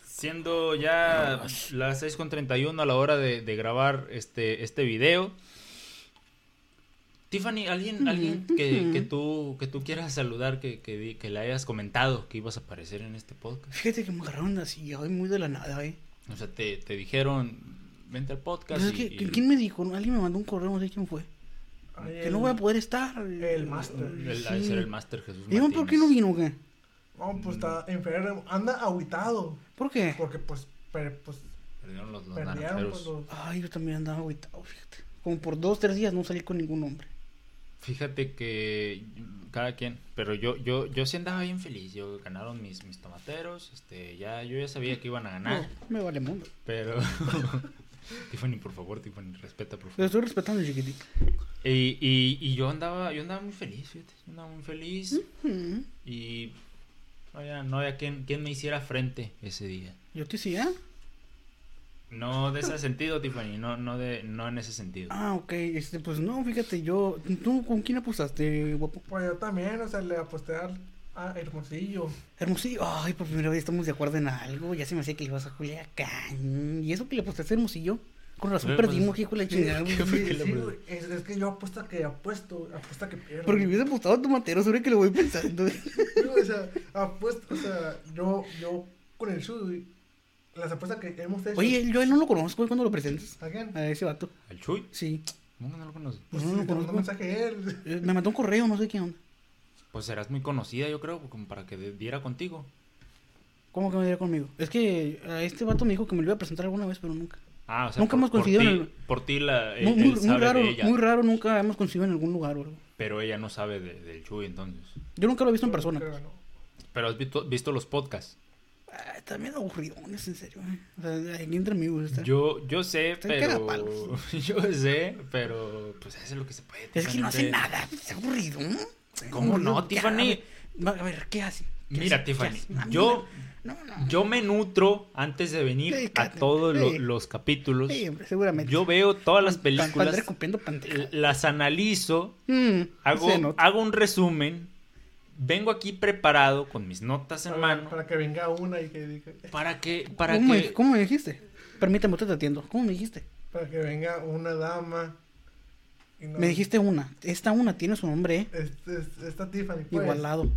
Speaker 3: Siendo ya las 6.31 a la hora de, de grabar este, este video. Tiffany, ¿alguien, alguien que, que tú, que tú quieras saludar, que, que, di- que le hayas comentado que ibas a aparecer en este podcast?
Speaker 2: Fíjate que me agarraron así. Ay, muy de la nada, eh.
Speaker 3: O sea, te, te dijeron, vente al podcast.
Speaker 2: Pues es
Speaker 3: y-
Speaker 2: que-
Speaker 3: y-
Speaker 2: ¿Quién me dijo? No, Alguien me mandó un correo, no sé quién fue.
Speaker 4: Ay,
Speaker 2: Que
Speaker 4: el-
Speaker 2: no voy a poder estar.
Speaker 4: El Master.
Speaker 3: el, ha de
Speaker 2: sí.
Speaker 3: ser el máster Jesús
Speaker 2: Digo, ¿por qué no
Speaker 3: Martínez.
Speaker 2: vino o qué?
Speaker 4: No, pues está enfermo. Anda aguitado.
Speaker 2: ¿Por qué?
Speaker 4: Porque pues, per- pues
Speaker 3: Perdieron los, los
Speaker 4: perdieron.
Speaker 3: naranjeros.
Speaker 4: Pues, los...
Speaker 2: Ay, yo también andaba agüitado, fíjate. Como por dos, tres días no salí con ningún hombre.
Speaker 3: Fíjate que cada quien, pero yo, yo, yo sí andaba bien feliz. Yo ganaron mis, mis tomateros, este, ya, yo ya sabía que iban a ganar.
Speaker 2: No, me vale mundo.
Speaker 3: Pero. Tiffany, por favor, Tiffany, respeta, por
Speaker 2: Lo
Speaker 3: favor.
Speaker 2: estoy respetando, chiquitito.
Speaker 3: Y, y, y yo andaba, yo andaba muy feliz, fíjate. Yo andaba muy feliz.
Speaker 2: Mm,
Speaker 3: Y no había, no había quien, quien me hiciera frente ese día.
Speaker 2: Yo te decía.
Speaker 3: No de ese sentido, Tiffany, no, no de, no en ese sentido.
Speaker 2: Ah, ok. Este, pues no, fíjate, yo. ¿Tú con quién apostaste, guapo?
Speaker 4: pues yo también, o sea, le aposté al, a Hermosillo.
Speaker 2: Hermosillo. Ay, por primera vez estamos de acuerdo en algo. Ya se me hacía que le ibas a Culiacán. ¿Y eso que le apostaste a Hermosillo? Con razón
Speaker 3: Eh, pues,
Speaker 2: perdimos, hijo de la
Speaker 4: Sí,
Speaker 2: chingada.
Speaker 3: ¿qué fue que
Speaker 4: sí,
Speaker 3: le
Speaker 4: sí,
Speaker 3: aposté?
Speaker 4: güey. es, es que yo apuesto a que apuesto, apuesto a que pierdo.
Speaker 2: Porque me hubiese apostado a tu matero, sobre que lo voy pensando.
Speaker 4: No, o sea, apuesto, o sea, yo, yo, con el Chuy, las apuestas que pues, hemos hecho.
Speaker 2: Oye, yo a él no lo conozco, güey, cuando lo presentas?
Speaker 4: ¿a quién?
Speaker 2: A ese vato.
Speaker 3: ¿Al Chuy?
Speaker 2: Sí.
Speaker 3: ¿Cómo que no lo conoces?
Speaker 4: Pues
Speaker 2: no
Speaker 4: sí,
Speaker 2: lo
Speaker 4: te mandó
Speaker 2: conozco.
Speaker 4: un mensaje él.
Speaker 2: Eh, Me mandó un correo, no sé qué onda.
Speaker 3: Pues serás muy conocida, yo creo, como para que diera contigo.
Speaker 2: ¿Cómo que me diría conmigo? Es que a este vato me dijo que me lo iba a presentar alguna vez, pero nunca.
Speaker 3: Ah, o sea,
Speaker 2: Nunca
Speaker 3: por-
Speaker 2: hemos
Speaker 3: por
Speaker 2: coincidido
Speaker 3: ti-
Speaker 2: en el-
Speaker 3: Por ti la, el-
Speaker 2: Muy,
Speaker 3: Eh, él
Speaker 2: muy- muy
Speaker 3: sabe
Speaker 2: raro,
Speaker 3: de ella,
Speaker 2: muy raro, nunca hemos conseguido en algún lugar, güey.
Speaker 3: pero ella no sabe de- del Chuy, entonces.
Speaker 2: Yo nunca lo he visto en persona.
Speaker 4: Pero no.
Speaker 3: Pero has visto, visto los podcasts.
Speaker 2: Ah, también aburridones, en serio. güey. O sea, aquí entre amigos está.
Speaker 3: Yo, yo sé,
Speaker 2: Están
Speaker 3: pero...
Speaker 2: cagapalos.
Speaker 3: Yo sé, pero... Pues hace lo que se puede.
Speaker 2: es que no hace
Speaker 3: Tiffany.
Speaker 2: nada, es aburrido. ¿no?
Speaker 3: ¿Cómo no,
Speaker 2: Ya,
Speaker 3: Tiffany?
Speaker 2: A ver, a ver, ¿qué hace? ¿Qué hace?
Speaker 3: Mira,
Speaker 2: ¿Qué
Speaker 3: Tiffany,
Speaker 2: hace? Ah,
Speaker 3: yo-
Speaker 2: mira. No, no.
Speaker 3: Yo me nutro antes de venir
Speaker 2: Sí,
Speaker 3: a
Speaker 2: cállate.
Speaker 3: todos lo-
Speaker 2: Sí.
Speaker 3: los capítulos.
Speaker 2: Sí, hombre, seguramente.
Speaker 3: Yo veo todas las
Speaker 2: Pa- pa- andar
Speaker 3: películas,
Speaker 2: escupiendo panteras.
Speaker 3: las analizo,
Speaker 2: Mm, se
Speaker 3: hago,
Speaker 2: nota.
Speaker 3: hago un resumen, vengo aquí preparado con mis notas en
Speaker 4: Para-
Speaker 3: mano
Speaker 4: Para que venga una y que diga.
Speaker 3: para que para
Speaker 2: Ah, ¿Cómo,
Speaker 3: que
Speaker 2: me, cómo me dijiste? Permítame, te atiendo. ¿Cómo me dijiste?
Speaker 4: Para que venga una dama. y no-
Speaker 2: Me dijiste una. Esta una tiene su nombre, ¿eh?
Speaker 4: Es- es- Esta Tiffany. pues.
Speaker 2: Igualado.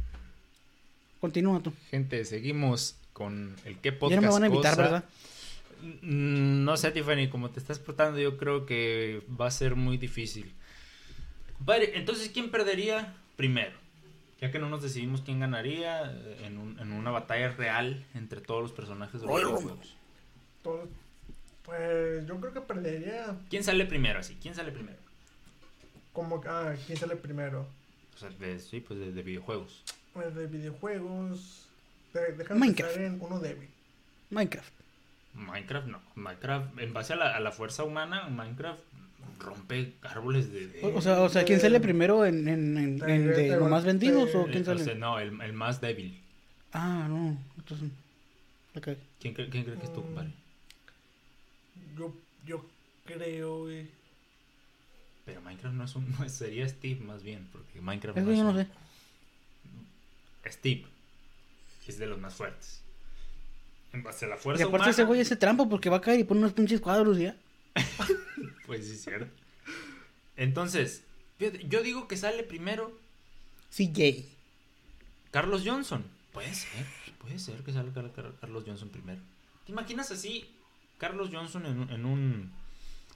Speaker 2: Continúa tú.
Speaker 3: gente seguimos con el qué
Speaker 2: ya
Speaker 3: podcast.
Speaker 2: no me van a invitar,
Speaker 3: cosa.
Speaker 2: ¿verdad?
Speaker 3: Mm, No sé, Tiffany, como te estás portando, yo creo que va a ser muy difícil. Compadre, entonces, ¿quién perdería primero? Ya que no nos decidimos quién ganaría eh, en, un- en una batalla real entre todos los personajes de los videojuegos.
Speaker 4: Todo- Pues yo creo que perdería.
Speaker 3: ¿Quién sale primero así? ¿Quién sale primero?
Speaker 4: Como. Ah, ¿quién sale primero?
Speaker 3: O sea, de- sí, pues de, de videojuegos.
Speaker 4: Pues de videojuegos. De, déjame
Speaker 2: Minecraft.
Speaker 4: pensar en uno débil.
Speaker 2: Minecraft.
Speaker 3: Minecraft no. Minecraft, en base a la, a la fuerza humana, Minecraft rompe árboles de... de-
Speaker 2: O, o sea, o sea, ¿quién sale primero en, en, en-
Speaker 4: Te-
Speaker 2: en de
Speaker 4: te-
Speaker 2: los más vendidos
Speaker 4: te-
Speaker 2: o
Speaker 3: eh,
Speaker 2: quién
Speaker 3: o sea,
Speaker 2: sale?
Speaker 3: no, el, el más débil.
Speaker 2: Ah, no. Entonces. la cagué.
Speaker 3: ¿Quién, cre- quién cree que es tú,
Speaker 4: Mm.
Speaker 3: compadre?
Speaker 4: Yo, yo creo, güey.
Speaker 3: Pero Minecraft no es un. no es- sería Steve más bien, porque Minecraft
Speaker 2: Eso
Speaker 3: es
Speaker 2: yo no
Speaker 3: un-
Speaker 2: sé.
Speaker 3: Steve es de los más fuertes. En base a la
Speaker 2: Y
Speaker 3: fuerza
Speaker 2: aparte ese
Speaker 3: humana,
Speaker 2: güey ese trampa porque va a caer y pone unos pinches cuadros y ya.
Speaker 3: Pues sí, es cierto. Entonces, fíjate, yo digo que sale primero
Speaker 2: CJ.
Speaker 3: Carlos Johnson. Puede ser, puede ser que salga Car- Car- Carlos Johnson primero. ¿Te imaginas así? Carlos Johnson en, un- en un.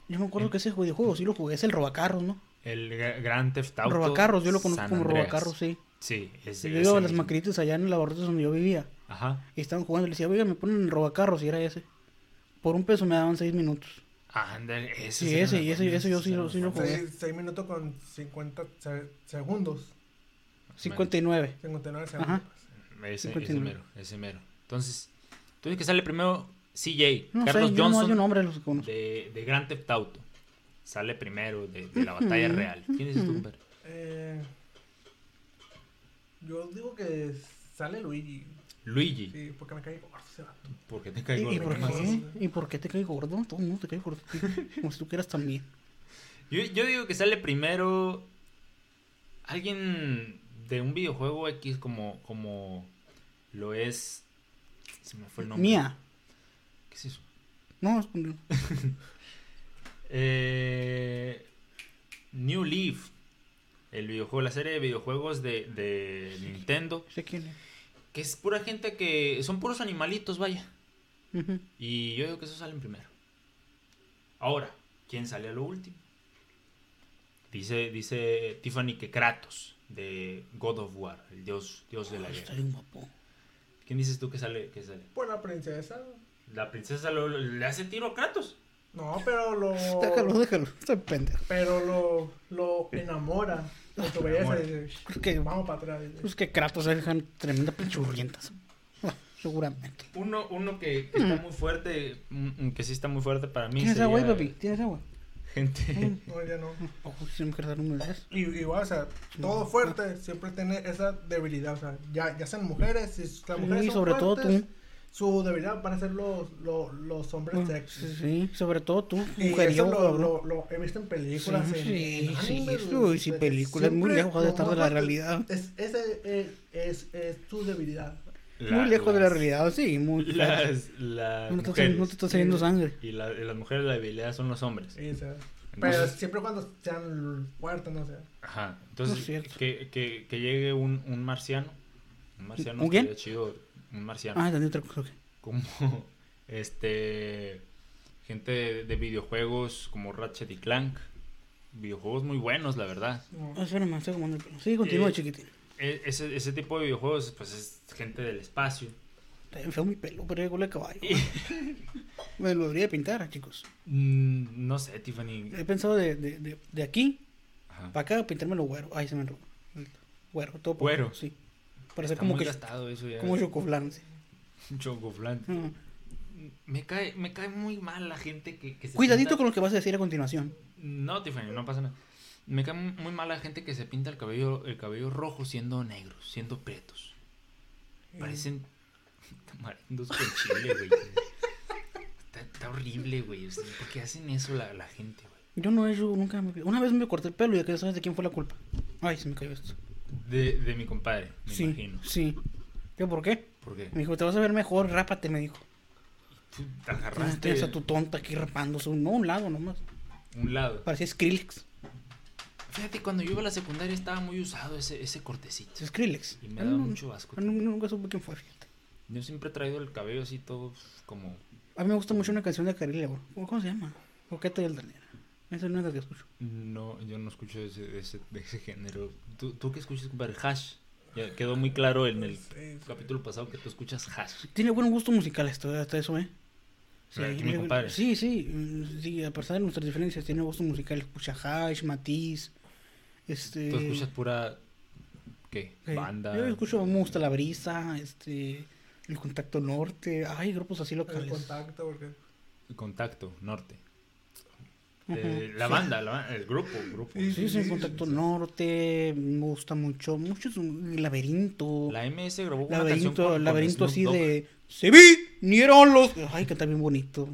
Speaker 2: Yo me
Speaker 3: ¿Eh?
Speaker 2: acuerdo que ese videojuego sí lo jugué, es el robacarros, ¿no?
Speaker 3: El Gra- Grand Theft Auto.
Speaker 2: robacarros, yo lo conozco
Speaker 3: San
Speaker 2: como
Speaker 3: Andreas.
Speaker 2: robacarros, sí.
Speaker 3: Sí, es
Speaker 2: Yo iba a las
Speaker 3: mismo.
Speaker 2: macritas allá en el laboratorio donde yo vivía.
Speaker 3: Ajá.
Speaker 2: Y estaban jugando. Le decía, oiga, me ponen el robacarros. Y era ese. Por un peso me daban seis minutos.
Speaker 3: Ah, Ándale, ese
Speaker 2: Sí,
Speaker 3: eran
Speaker 2: ese,
Speaker 3: los
Speaker 2: y ese,
Speaker 3: buenos,
Speaker 2: ese yo
Speaker 3: esos
Speaker 2: sí
Speaker 3: eran
Speaker 2: lo-
Speaker 3: los
Speaker 2: sí lo
Speaker 3: buenos.
Speaker 2: jugué.
Speaker 4: 6 minutos con 50 se- segundos.
Speaker 2: 59.
Speaker 4: 59 segundos. pues.
Speaker 2: Ajá.
Speaker 3: Ese, ese
Speaker 2: 59.
Speaker 3: mero, ese mero. Entonces, tú dices que sale primero CJ,
Speaker 2: No
Speaker 3: Carlos
Speaker 2: sé, yo nomás de un
Speaker 3: Johnson,
Speaker 2: hombre los conozco.
Speaker 3: de, de Grand Theft Auto. Sale primero de, de la batalla real. ¿Quién es tú, compadre?
Speaker 4: Eh, yo digo que sale Luigi.
Speaker 3: Luigi.
Speaker 4: Sí, porque me cae gordo ese vato.
Speaker 3: ¿Por qué te
Speaker 2: ¿Y,
Speaker 3: caigo?
Speaker 2: y
Speaker 3: de
Speaker 2: por
Speaker 3: más?
Speaker 2: qué? ¿Y por qué te cae gordo? Todo el mundo te cae gordo. Como si tú quieras también.
Speaker 3: Yo, yo digo que sale primero alguien de un videojuego X como, como lo es... Se me fue el nombre.
Speaker 2: Mía.
Speaker 3: ¿Qué es eso?
Speaker 2: No, es un-
Speaker 3: Eh, New Leaf. El videojuego, la serie de videojuegos de, de Nintendo.
Speaker 2: sé quién es.
Speaker 3: Que es pura gente que. Son puros animalitos, vaya.
Speaker 2: Ujú.
Speaker 3: Y yo digo que esos salen primero. Ahora, ¿quién sale a lo último? Dice, dice Tiffany que Kratos, de God of War, el dios, dios de la
Speaker 2: Está
Speaker 3: guerra.
Speaker 2: bien guapo.
Speaker 3: ¿Quién dices tú que sale? Que sale?
Speaker 4: Pues la princesa.
Speaker 3: La princesa lo- lo- le hace tiro a Kratos.
Speaker 4: No, pero lo.
Speaker 2: Déjalo, déjalo. Está pendejo.
Speaker 4: Pero lo, lo enamora. Lo que
Speaker 3: enamora.
Speaker 4: obedece, dice,
Speaker 2: Pues que,
Speaker 4: Vamos para atrás. dice.
Speaker 2: pues que Kratos se dejan tremenda pinchurrientas. Bueno, seguramente.
Speaker 3: Uno, uno que, que
Speaker 2: Hmm.
Speaker 3: está muy fuerte, mm, mm, que sí está muy fuerte para mí.
Speaker 2: ¿Tienes agua ahí,
Speaker 3: sería
Speaker 2: papi? ¿Tienes agua?
Speaker 3: Gente.
Speaker 4: No, ya no.
Speaker 2: Ojo, si me quieres dar un beso.
Speaker 4: Y, igual, o sea, todo fuerte siempre tiene esa debilidad. O sea, ya, ya sean mujeres, si las mujeres.
Speaker 2: Y
Speaker 4: son
Speaker 2: sobre todo
Speaker 4: fuertes,
Speaker 2: tú.
Speaker 4: Su debilidad van a ser los, los, los hombres sexy.
Speaker 2: Sí, sí, sobre todo tú,
Speaker 4: Y eso
Speaker 2: mujeriego,
Speaker 4: lo,
Speaker 2: cabrón.
Speaker 4: lo, lo he visto en películas.
Speaker 2: Sí,
Speaker 4: en-
Speaker 2: sí,
Speaker 4: en
Speaker 2: sí,
Speaker 4: animes,
Speaker 2: sí,
Speaker 4: güey.
Speaker 2: sí,
Speaker 4: Es-
Speaker 2: películas muy
Speaker 4: siempre
Speaker 2: lejos de
Speaker 4: lo
Speaker 2: estar
Speaker 4: más
Speaker 2: de la
Speaker 4: fuerte
Speaker 2: realidad.
Speaker 4: Es, ese eh, es, es, es tu debilidad.
Speaker 3: La-
Speaker 2: muy lejos de la
Speaker 3: las-
Speaker 2: realidad, sí, muy lejos.
Speaker 3: Las, las
Speaker 2: No, te está-
Speaker 3: mujeres.
Speaker 2: no te está saliendo sangre.
Speaker 3: Y la- y las mujeres la debilidad son los hombres.
Speaker 4: Sí, o sea, pero
Speaker 3: Entonces-
Speaker 4: siempre cuando sean fuertes, no sé.
Speaker 3: Ajá.
Speaker 2: No es
Speaker 3: Entonces,
Speaker 2: cierto.
Speaker 3: que, que, que llegue un, un marciano. Un marciano
Speaker 2: ¿Un quién?
Speaker 3: estaría chido. Un marciano.
Speaker 2: Ah, entendí otra cosa. ok.
Speaker 3: como este gente de, de videojuegos como Ratchet y Clank. Videojuegos muy buenos, la verdad.
Speaker 2: Ah, espérame, me estoy acomodando el pelo. Sí, continúa,
Speaker 3: Eh,
Speaker 2: chiquitín.
Speaker 3: E- ese, ese tipo de videojuegos, pues es gente del espacio.
Speaker 2: Está bien feo mi pelo, pero es cola de caballo. Me lo debería de pintar, chicos.
Speaker 3: Mm, no sé, Tiffany.
Speaker 2: He pensado de, de, de, de aquí
Speaker 3: Ajá.
Speaker 2: para acá pintármelo güero. Ay, se me enrugó. Güero, todo por-
Speaker 3: Güero.
Speaker 2: Sí. Para ser
Speaker 3: Está
Speaker 2: como
Speaker 3: muy
Speaker 2: que.
Speaker 3: gastado eso ya.
Speaker 2: Como chocoflan. sí.
Speaker 3: Chocoflan.
Speaker 2: Ajá.
Speaker 3: Me cae, me cae muy mal la gente que, que se
Speaker 2: Cuidadito
Speaker 3: pinta-
Speaker 2: con lo que vas a decir a continuación.
Speaker 3: No, Tiffany, no pasa nada. Me cae muy mal la gente que se pinta el cabello, el cabello rojo siendo negros, siendo pretos. Parecen tamarindos con chile, güey. Está, está horrible, güey. O sea, ¿Por qué hacen eso la, la gente, güey?
Speaker 2: Yo no he hecho nunca. me- Una vez me corté el pelo y ya que sabes de quién fue la culpa. Ay, se me cayó esto.
Speaker 3: De, de mi compadre, me
Speaker 2: sí,
Speaker 3: imagino.
Speaker 2: sí. Yo, ¿por qué?
Speaker 3: ¿Por qué?
Speaker 2: Me dijo, te vas a ver mejor, rápate, me dijo.
Speaker 3: Tú te agarraste
Speaker 2: Tienes a tu tonta aquí rapándose. un- No, un lado nomás.
Speaker 3: un lado.
Speaker 2: Parecía Skrillex.
Speaker 3: Fíjate, cuando yo iba a la secundaria estaba muy usado ese, ese cortecito.
Speaker 2: Es Skrillex.
Speaker 3: Y me daba mucho asco.
Speaker 2: Ah, nu- Nunca supe quién fue, fíjate.
Speaker 3: Yo siempre he traído el cabello así todo pues, como...
Speaker 2: A mí me gusta mucho una canción de Caril Lebro. ¿Cómo cómo se llama? Coqueta y altanera. Esa no es la que escucho.
Speaker 3: No, yo no escucho ese, de ese, de ese género. ¿Tú, ¿Tú qué escuchas, compadre? Hash. Ya quedó muy claro en el capítulo pasado que tú escuchas hash.
Speaker 2: Tiene buen gusto musical esto, hasta eso, ¿eh?
Speaker 3: Ah, que mi
Speaker 2: le-
Speaker 3: compadre.
Speaker 2: sí, sí, mm, sí, a pesar de nuestras diferencias, tiene gusto musical. Escucha Hash, Matiz, este...
Speaker 3: Tú escuchas pura... ¿Qué?
Speaker 2: eh,
Speaker 3: Banda.
Speaker 2: Yo escucho, me gusta La Brisa, este... El Contacto Norte, hay grupos así
Speaker 4: El
Speaker 2: locales.
Speaker 4: contacto, porque.
Speaker 3: Contacto, norte.
Speaker 2: Ujú.
Speaker 3: Eh, la banda, la ba- el grupo, grupo.
Speaker 2: Sí, sí, el Contacto Norte, me gusta mucho, muchos, Laberinto...
Speaker 3: La MS grabó una canción
Speaker 2: laberinto,
Speaker 3: con- con
Speaker 2: laberinto
Speaker 3: Snoop
Speaker 2: así
Speaker 3: Dogg.
Speaker 2: de se vinieron los ay que está bien bonito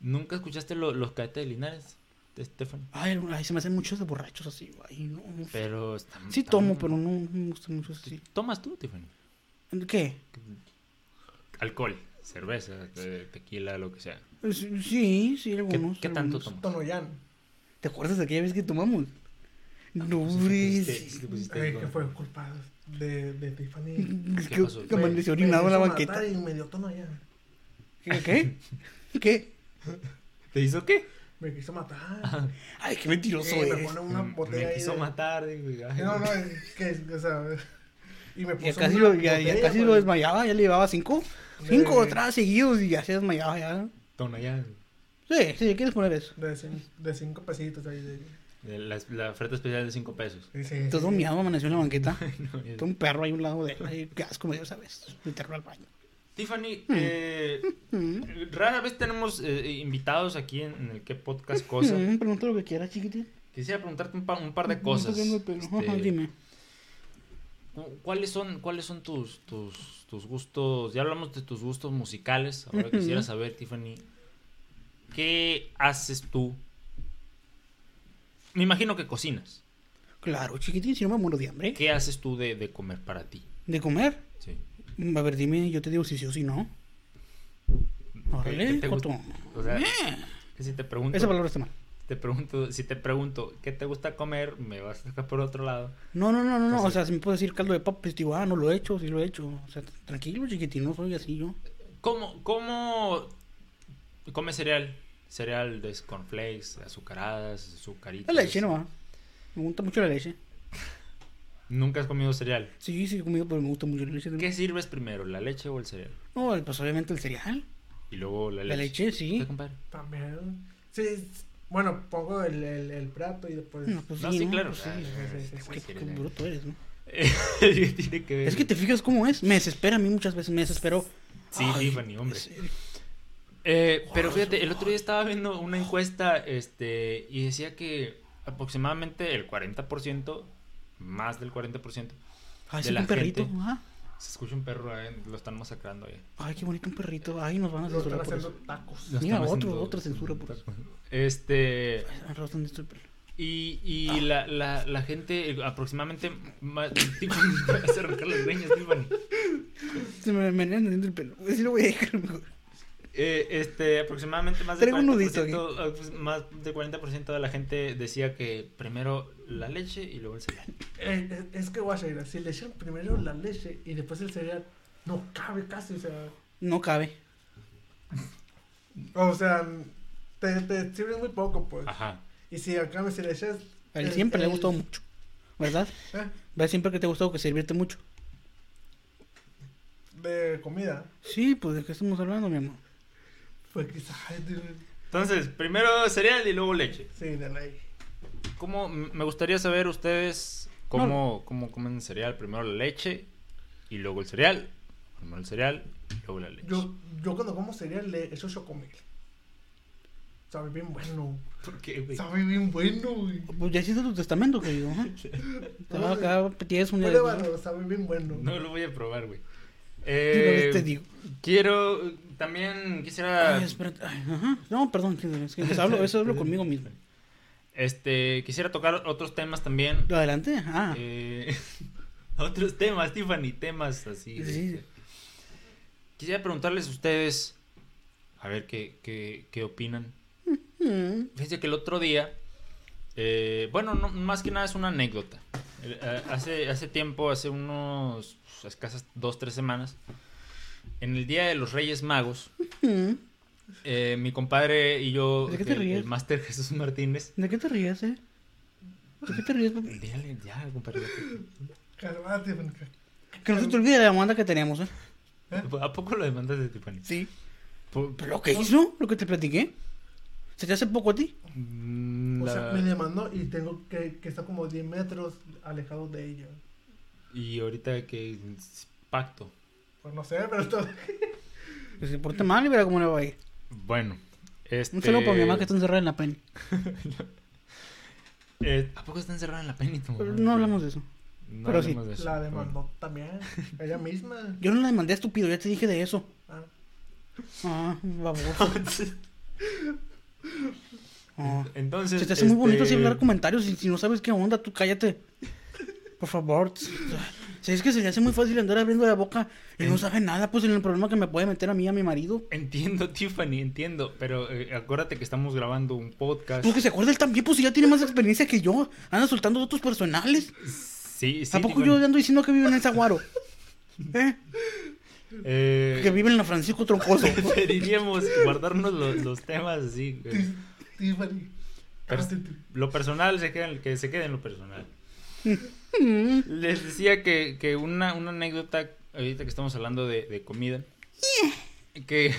Speaker 3: ¿Nunca escuchaste lo- los cadetes de Linares, de Stephanie?
Speaker 2: ay, ay, se me hacen muchos de borrachos así ay no no sé.
Speaker 3: Pero están-
Speaker 2: sí
Speaker 3: están-
Speaker 2: tomo pero no, no me gusta mucho así
Speaker 3: ¿Tomas tú, Tiffany?
Speaker 2: qué
Speaker 3: Alcohol, cerveza, te- tequila, lo que sea.
Speaker 2: sí sí
Speaker 3: ¿Qué,
Speaker 2: algunos
Speaker 3: qué tanto
Speaker 2: algunos.
Speaker 3: tomas?
Speaker 4: Tonoyan.
Speaker 2: te acuerdas de aquella vez que tomamos
Speaker 3: Ah, pues,
Speaker 2: no güey,
Speaker 3: Pusiste-
Speaker 2: sí.
Speaker 3: te pusiste
Speaker 4: Eh, que
Speaker 3: alcohol.
Speaker 4: fue culpa de, de Tiffany.
Speaker 2: que,
Speaker 3: pasó?
Speaker 2: que
Speaker 4: Me-
Speaker 2: amaneció
Speaker 4: me
Speaker 2: orinado en la
Speaker 4: hizo
Speaker 2: banqueta
Speaker 4: matar Y me dio Tonoyan.
Speaker 2: qué qué
Speaker 3: ¿Te hizo qué?
Speaker 4: Me quiso matar.
Speaker 2: ay qué mentiroso
Speaker 4: Eh, me
Speaker 2: eres
Speaker 4: pone una
Speaker 3: Mm,
Speaker 4: botella.
Speaker 3: Me
Speaker 4: ahí
Speaker 3: quiso
Speaker 4: de-
Speaker 3: matar. digo, ay,
Speaker 4: No, no, es que, o sea. Y me
Speaker 2: ya
Speaker 4: puso.
Speaker 2: casi
Speaker 4: pues, una
Speaker 2: lo, ya, ya
Speaker 4: botella,
Speaker 2: casi lo
Speaker 4: pues.
Speaker 2: desmayaba ya le llevaba cinco cinco
Speaker 4: Eh.
Speaker 2: atrás seguidos y ya se desmayaba ya
Speaker 3: Tonayán.
Speaker 2: sí sí quieres poner eso
Speaker 4: De, cin- de cinco pesitos ahí. De,
Speaker 3: Eh, La, la oferta especial de 5 pesos.
Speaker 4: sí, sí,
Speaker 2: Todo
Speaker 4: sí.
Speaker 2: miado amaneció en la banqueta.
Speaker 3: No, es-
Speaker 2: Está un perro ahí a un lado de él. Ay, Qué asco me dio esa vez. Me enterró al baño.
Speaker 3: Tiffany, eh,
Speaker 2: Mm.
Speaker 3: rara vez tenemos eh, invitados aquí en, en el que podcast cosa.
Speaker 2: Mm, pregunta lo que quieras, chiquitín.
Speaker 3: Quisiera preguntarte un, pa- un par de cosas.
Speaker 2: Me está cayendo el pelo. Ajá,
Speaker 3: Este,
Speaker 2: dime.
Speaker 3: ¿Cu- ¿Cuáles son, cuáles son tus, tus, tus gustos? Ya hablamos de tus gustos musicales. Ahora
Speaker 2: Ujú.
Speaker 3: quisiera saber, Tiffany, ¿qué haces tú? Me imagino que cocinas.
Speaker 2: Claro, chiquitín, si no me muero de hambre.
Speaker 3: ¿Qué haces tú de, de comer para ti?
Speaker 2: ¿De comer?
Speaker 3: Sí.
Speaker 2: Mm, A ver, dime, yo te digo si sí o si no. Órale,
Speaker 3: ¿Qué te gusta?
Speaker 2: Joto.
Speaker 3: O sea,
Speaker 2: Eh,
Speaker 3: que si te pregunto,
Speaker 2: Esa palabra está mal.
Speaker 3: te pregunto, si te pregunto qué te gusta comer, me vas a sacar por otro lado.
Speaker 2: No, no, no, no, no. O
Speaker 3: Entonces-
Speaker 2: sea, si me puedes decir caldo de papa, pues digo, ah, no lo he hecho, sí lo he hecho. O sea, tranquilo, chiquitín, no soy así yo.
Speaker 3: ¿Cómo, cómo comes cereal? Cereal de cornflakes, azucaradas, azucaritas.
Speaker 2: La leche nomás. Me gusta mucho la leche.
Speaker 3: Nunca has comido cereal.
Speaker 2: Sí, sí, he comido, pero me gusta mucho la leche.
Speaker 3: ¿Qué sirves primero, la leche o el cereal?
Speaker 2: No, pues obviamente el cereal.
Speaker 3: Y luego la leche.
Speaker 2: La leche, sí.
Speaker 3: ¿Usted, compadre?
Speaker 4: También. Sí, es- bueno, pongo el, el, el plato y después.
Speaker 2: No, pues
Speaker 3: No,
Speaker 2: sí,
Speaker 3: sí,
Speaker 2: ¿no?
Speaker 3: claro.
Speaker 2: Pues sí,
Speaker 3: Ah,
Speaker 4: sí, sí,
Speaker 3: este
Speaker 4: sí,
Speaker 3: güey
Speaker 2: qué-
Speaker 3: quiere
Speaker 2: qué
Speaker 3: la-
Speaker 2: bruto eres, ¿no?
Speaker 3: Tiene que ver.
Speaker 2: Es que te fijas cómo es. Me desespera a mí muchas veces. Me desespero.
Speaker 3: Sí,
Speaker 2: Ay,
Speaker 3: Tiffany, hombre.
Speaker 2: sí.
Speaker 3: Eh, pero fíjate, el otro día estaba viendo una encuesta este, y decía que aproximadamente el 40%, más del 40%,
Speaker 2: Ay,
Speaker 3: de
Speaker 2: sí,
Speaker 3: la
Speaker 2: un perrito.
Speaker 3: gente.
Speaker 2: ah.
Speaker 3: se escucha un perro, eh, lo están masacrando ahí.
Speaker 2: Ay, qué bonito un perrito. Ay, nos van a
Speaker 4: Lo están
Speaker 2: censurar por
Speaker 4: haciendo
Speaker 2: eso.
Speaker 4: tacos.
Speaker 3: Lo
Speaker 2: Mira,
Speaker 3: están
Speaker 2: otro-
Speaker 3: haciendo-
Speaker 2: otra censura por eso.
Speaker 3: Este.
Speaker 2: Ay, razón, estoy per-
Speaker 3: Y, y la, la, la gente, eh, aproximadamente. ma- Tiffany, te vas a arrancar las greñas, Tiffany.
Speaker 2: Se me me andan haciendo el pelo. Sí lo voy a dejar mejor.
Speaker 3: Eh, este, aproximadamente más del
Speaker 2: Traigo un nudito
Speaker 3: 40%, ah, pues, más del 40% de la gente decía que primero la leche y luego el cereal.
Speaker 4: Eh, eh, es que, guacha, mira, si le echan primero la leche y después el cereal, no cabe casi, o sea.
Speaker 2: No cabe.
Speaker 4: O sea, te, te sirve muy poco, pues.
Speaker 3: Ajá.
Speaker 4: Y si acá me si le echas.
Speaker 2: A él
Speaker 4: el-
Speaker 2: siempre le ha
Speaker 4: el-
Speaker 2: gustado mucho, ¿verdad?
Speaker 4: ¿eh?
Speaker 2: ¿Verdad? Siempre que te ha gustado que servirte mucho.
Speaker 4: De comida.
Speaker 2: Sí, pues de qué estamos hablando, mi amor.
Speaker 4: Pues quizás. de-
Speaker 3: Entonces, primero cereal y luego leche.
Speaker 4: Sí, de ley.
Speaker 3: ¿Cómo, m- me gustaría saber ustedes cómo, cómo comen cereal. Primero la leche y luego el cereal. Primero el cereal y luego la leche.
Speaker 4: Yo, yo cuando como cereal le echo chocomil. Sabe bien bueno.
Speaker 3: ¿Por qué, güey?
Speaker 4: Sabe bien bueno, güey.
Speaker 2: Pues ya hiciste tu testamento, querido. ¿eh? Te va a acabar, tienes un día de-
Speaker 4: Pruébalo, sabe bien bueno.
Speaker 3: No lo voy a probar, güey.
Speaker 2: Una
Speaker 3: Eh,
Speaker 2: vez te digo.
Speaker 3: Quiero, eh, también quisiera,
Speaker 2: Ay, espérate. Ay, ajá. No, perdón, es que les hablo, eso hablo conmigo mismo.
Speaker 3: este, quisiera tocar otros temas también.
Speaker 2: Adelante. Ah,
Speaker 3: Eh, otros temas, Tiffany, temas
Speaker 2: Sí.
Speaker 3: así. este. Quisiera preguntarles a ustedes, a ver qué, qué, qué opinan.
Speaker 2: Mm,
Speaker 3: Fíjense que el otro día, eh, bueno, no, más que nada es una anécdota. El- eh, hace, hace tiempo, hace unos pues, escasas dos, tres semanas, en el Día de los Reyes Magos,
Speaker 2: mm.
Speaker 3: eh, mi compadre y yo,
Speaker 2: ¿De qué te
Speaker 3: el,
Speaker 2: ríes?
Speaker 3: el máster Jesús Martínez,
Speaker 2: ¿De qué te ríes, eh? ¿De qué te ríes, papi?
Speaker 3: Dale, ya, compadre.
Speaker 4: Calmate, Franca.
Speaker 2: Que no se te olvide la demanda que teníamos, ¿eh?
Speaker 3: ¿A poco lo demandas de Tiffany?
Speaker 2: Sí.
Speaker 3: Por-
Speaker 2: ¿Lo que hizo? ¿Lo que te platiqué? ¿Se te hace poco a ti?
Speaker 3: Mm,
Speaker 4: O
Speaker 3: la-
Speaker 4: sea, me demandó y tengo que, que estar como 10 metros alejado de ella.
Speaker 3: Y ahorita que es pacto.
Speaker 4: Pues no sé, pero esto.
Speaker 2: Que se porte mal y verá cómo le va a ir.
Speaker 3: Bueno, este...
Speaker 2: Un saludo para mi mamá que está encerrada en la pena.
Speaker 3: Eh, ¿A poco está encerrada en la pena y tu mamá?
Speaker 2: No hablamos de eso.
Speaker 3: No
Speaker 2: pero
Speaker 3: hablemos
Speaker 2: sí.
Speaker 3: de eso.
Speaker 4: La demandó también. Ella misma.
Speaker 2: Yo no la demandé, estúpido, ya te dije de eso.
Speaker 4: Ah,
Speaker 2: Ah, baboso. Ah.
Speaker 3: Entonces...
Speaker 2: Se te hace muy bonito así
Speaker 3: este,
Speaker 2: hablar comentarios y si no sabes qué onda, tú cállate. Por favor. Si es que se le hace muy fácil andar abriendo la boca y
Speaker 3: Eh.
Speaker 2: no sabe nada, pues en el problema que me puede meter a mí y a mi marido.
Speaker 3: Pues Entiendo, Tiffany, entiendo. Pero eh, acuérdate que estamos grabando un podcast.
Speaker 2: Pues que se acuerda él también, pues si ya tiene más experiencia que yo. Anda soltando datos personales.
Speaker 3: Sí, sí.
Speaker 2: ¿A poco
Speaker 3: Tiffany.
Speaker 2: yo le ando diciendo que vive en el Zaguaro? ¿Eh?
Speaker 3: Eh,
Speaker 2: Que vive en la Francisco Troncoso.
Speaker 3: Preferiríamos guardarnos los, los temas así. eh.
Speaker 4: Ti- Tiffany.
Speaker 3: Pero este,
Speaker 4: cállate tú.
Speaker 3: lo personal se queda, en- que se quede en lo personal.
Speaker 2: Mm,
Speaker 3: Les decía que, que una, una anécdota, ahorita que estamos hablando de, de comida, que,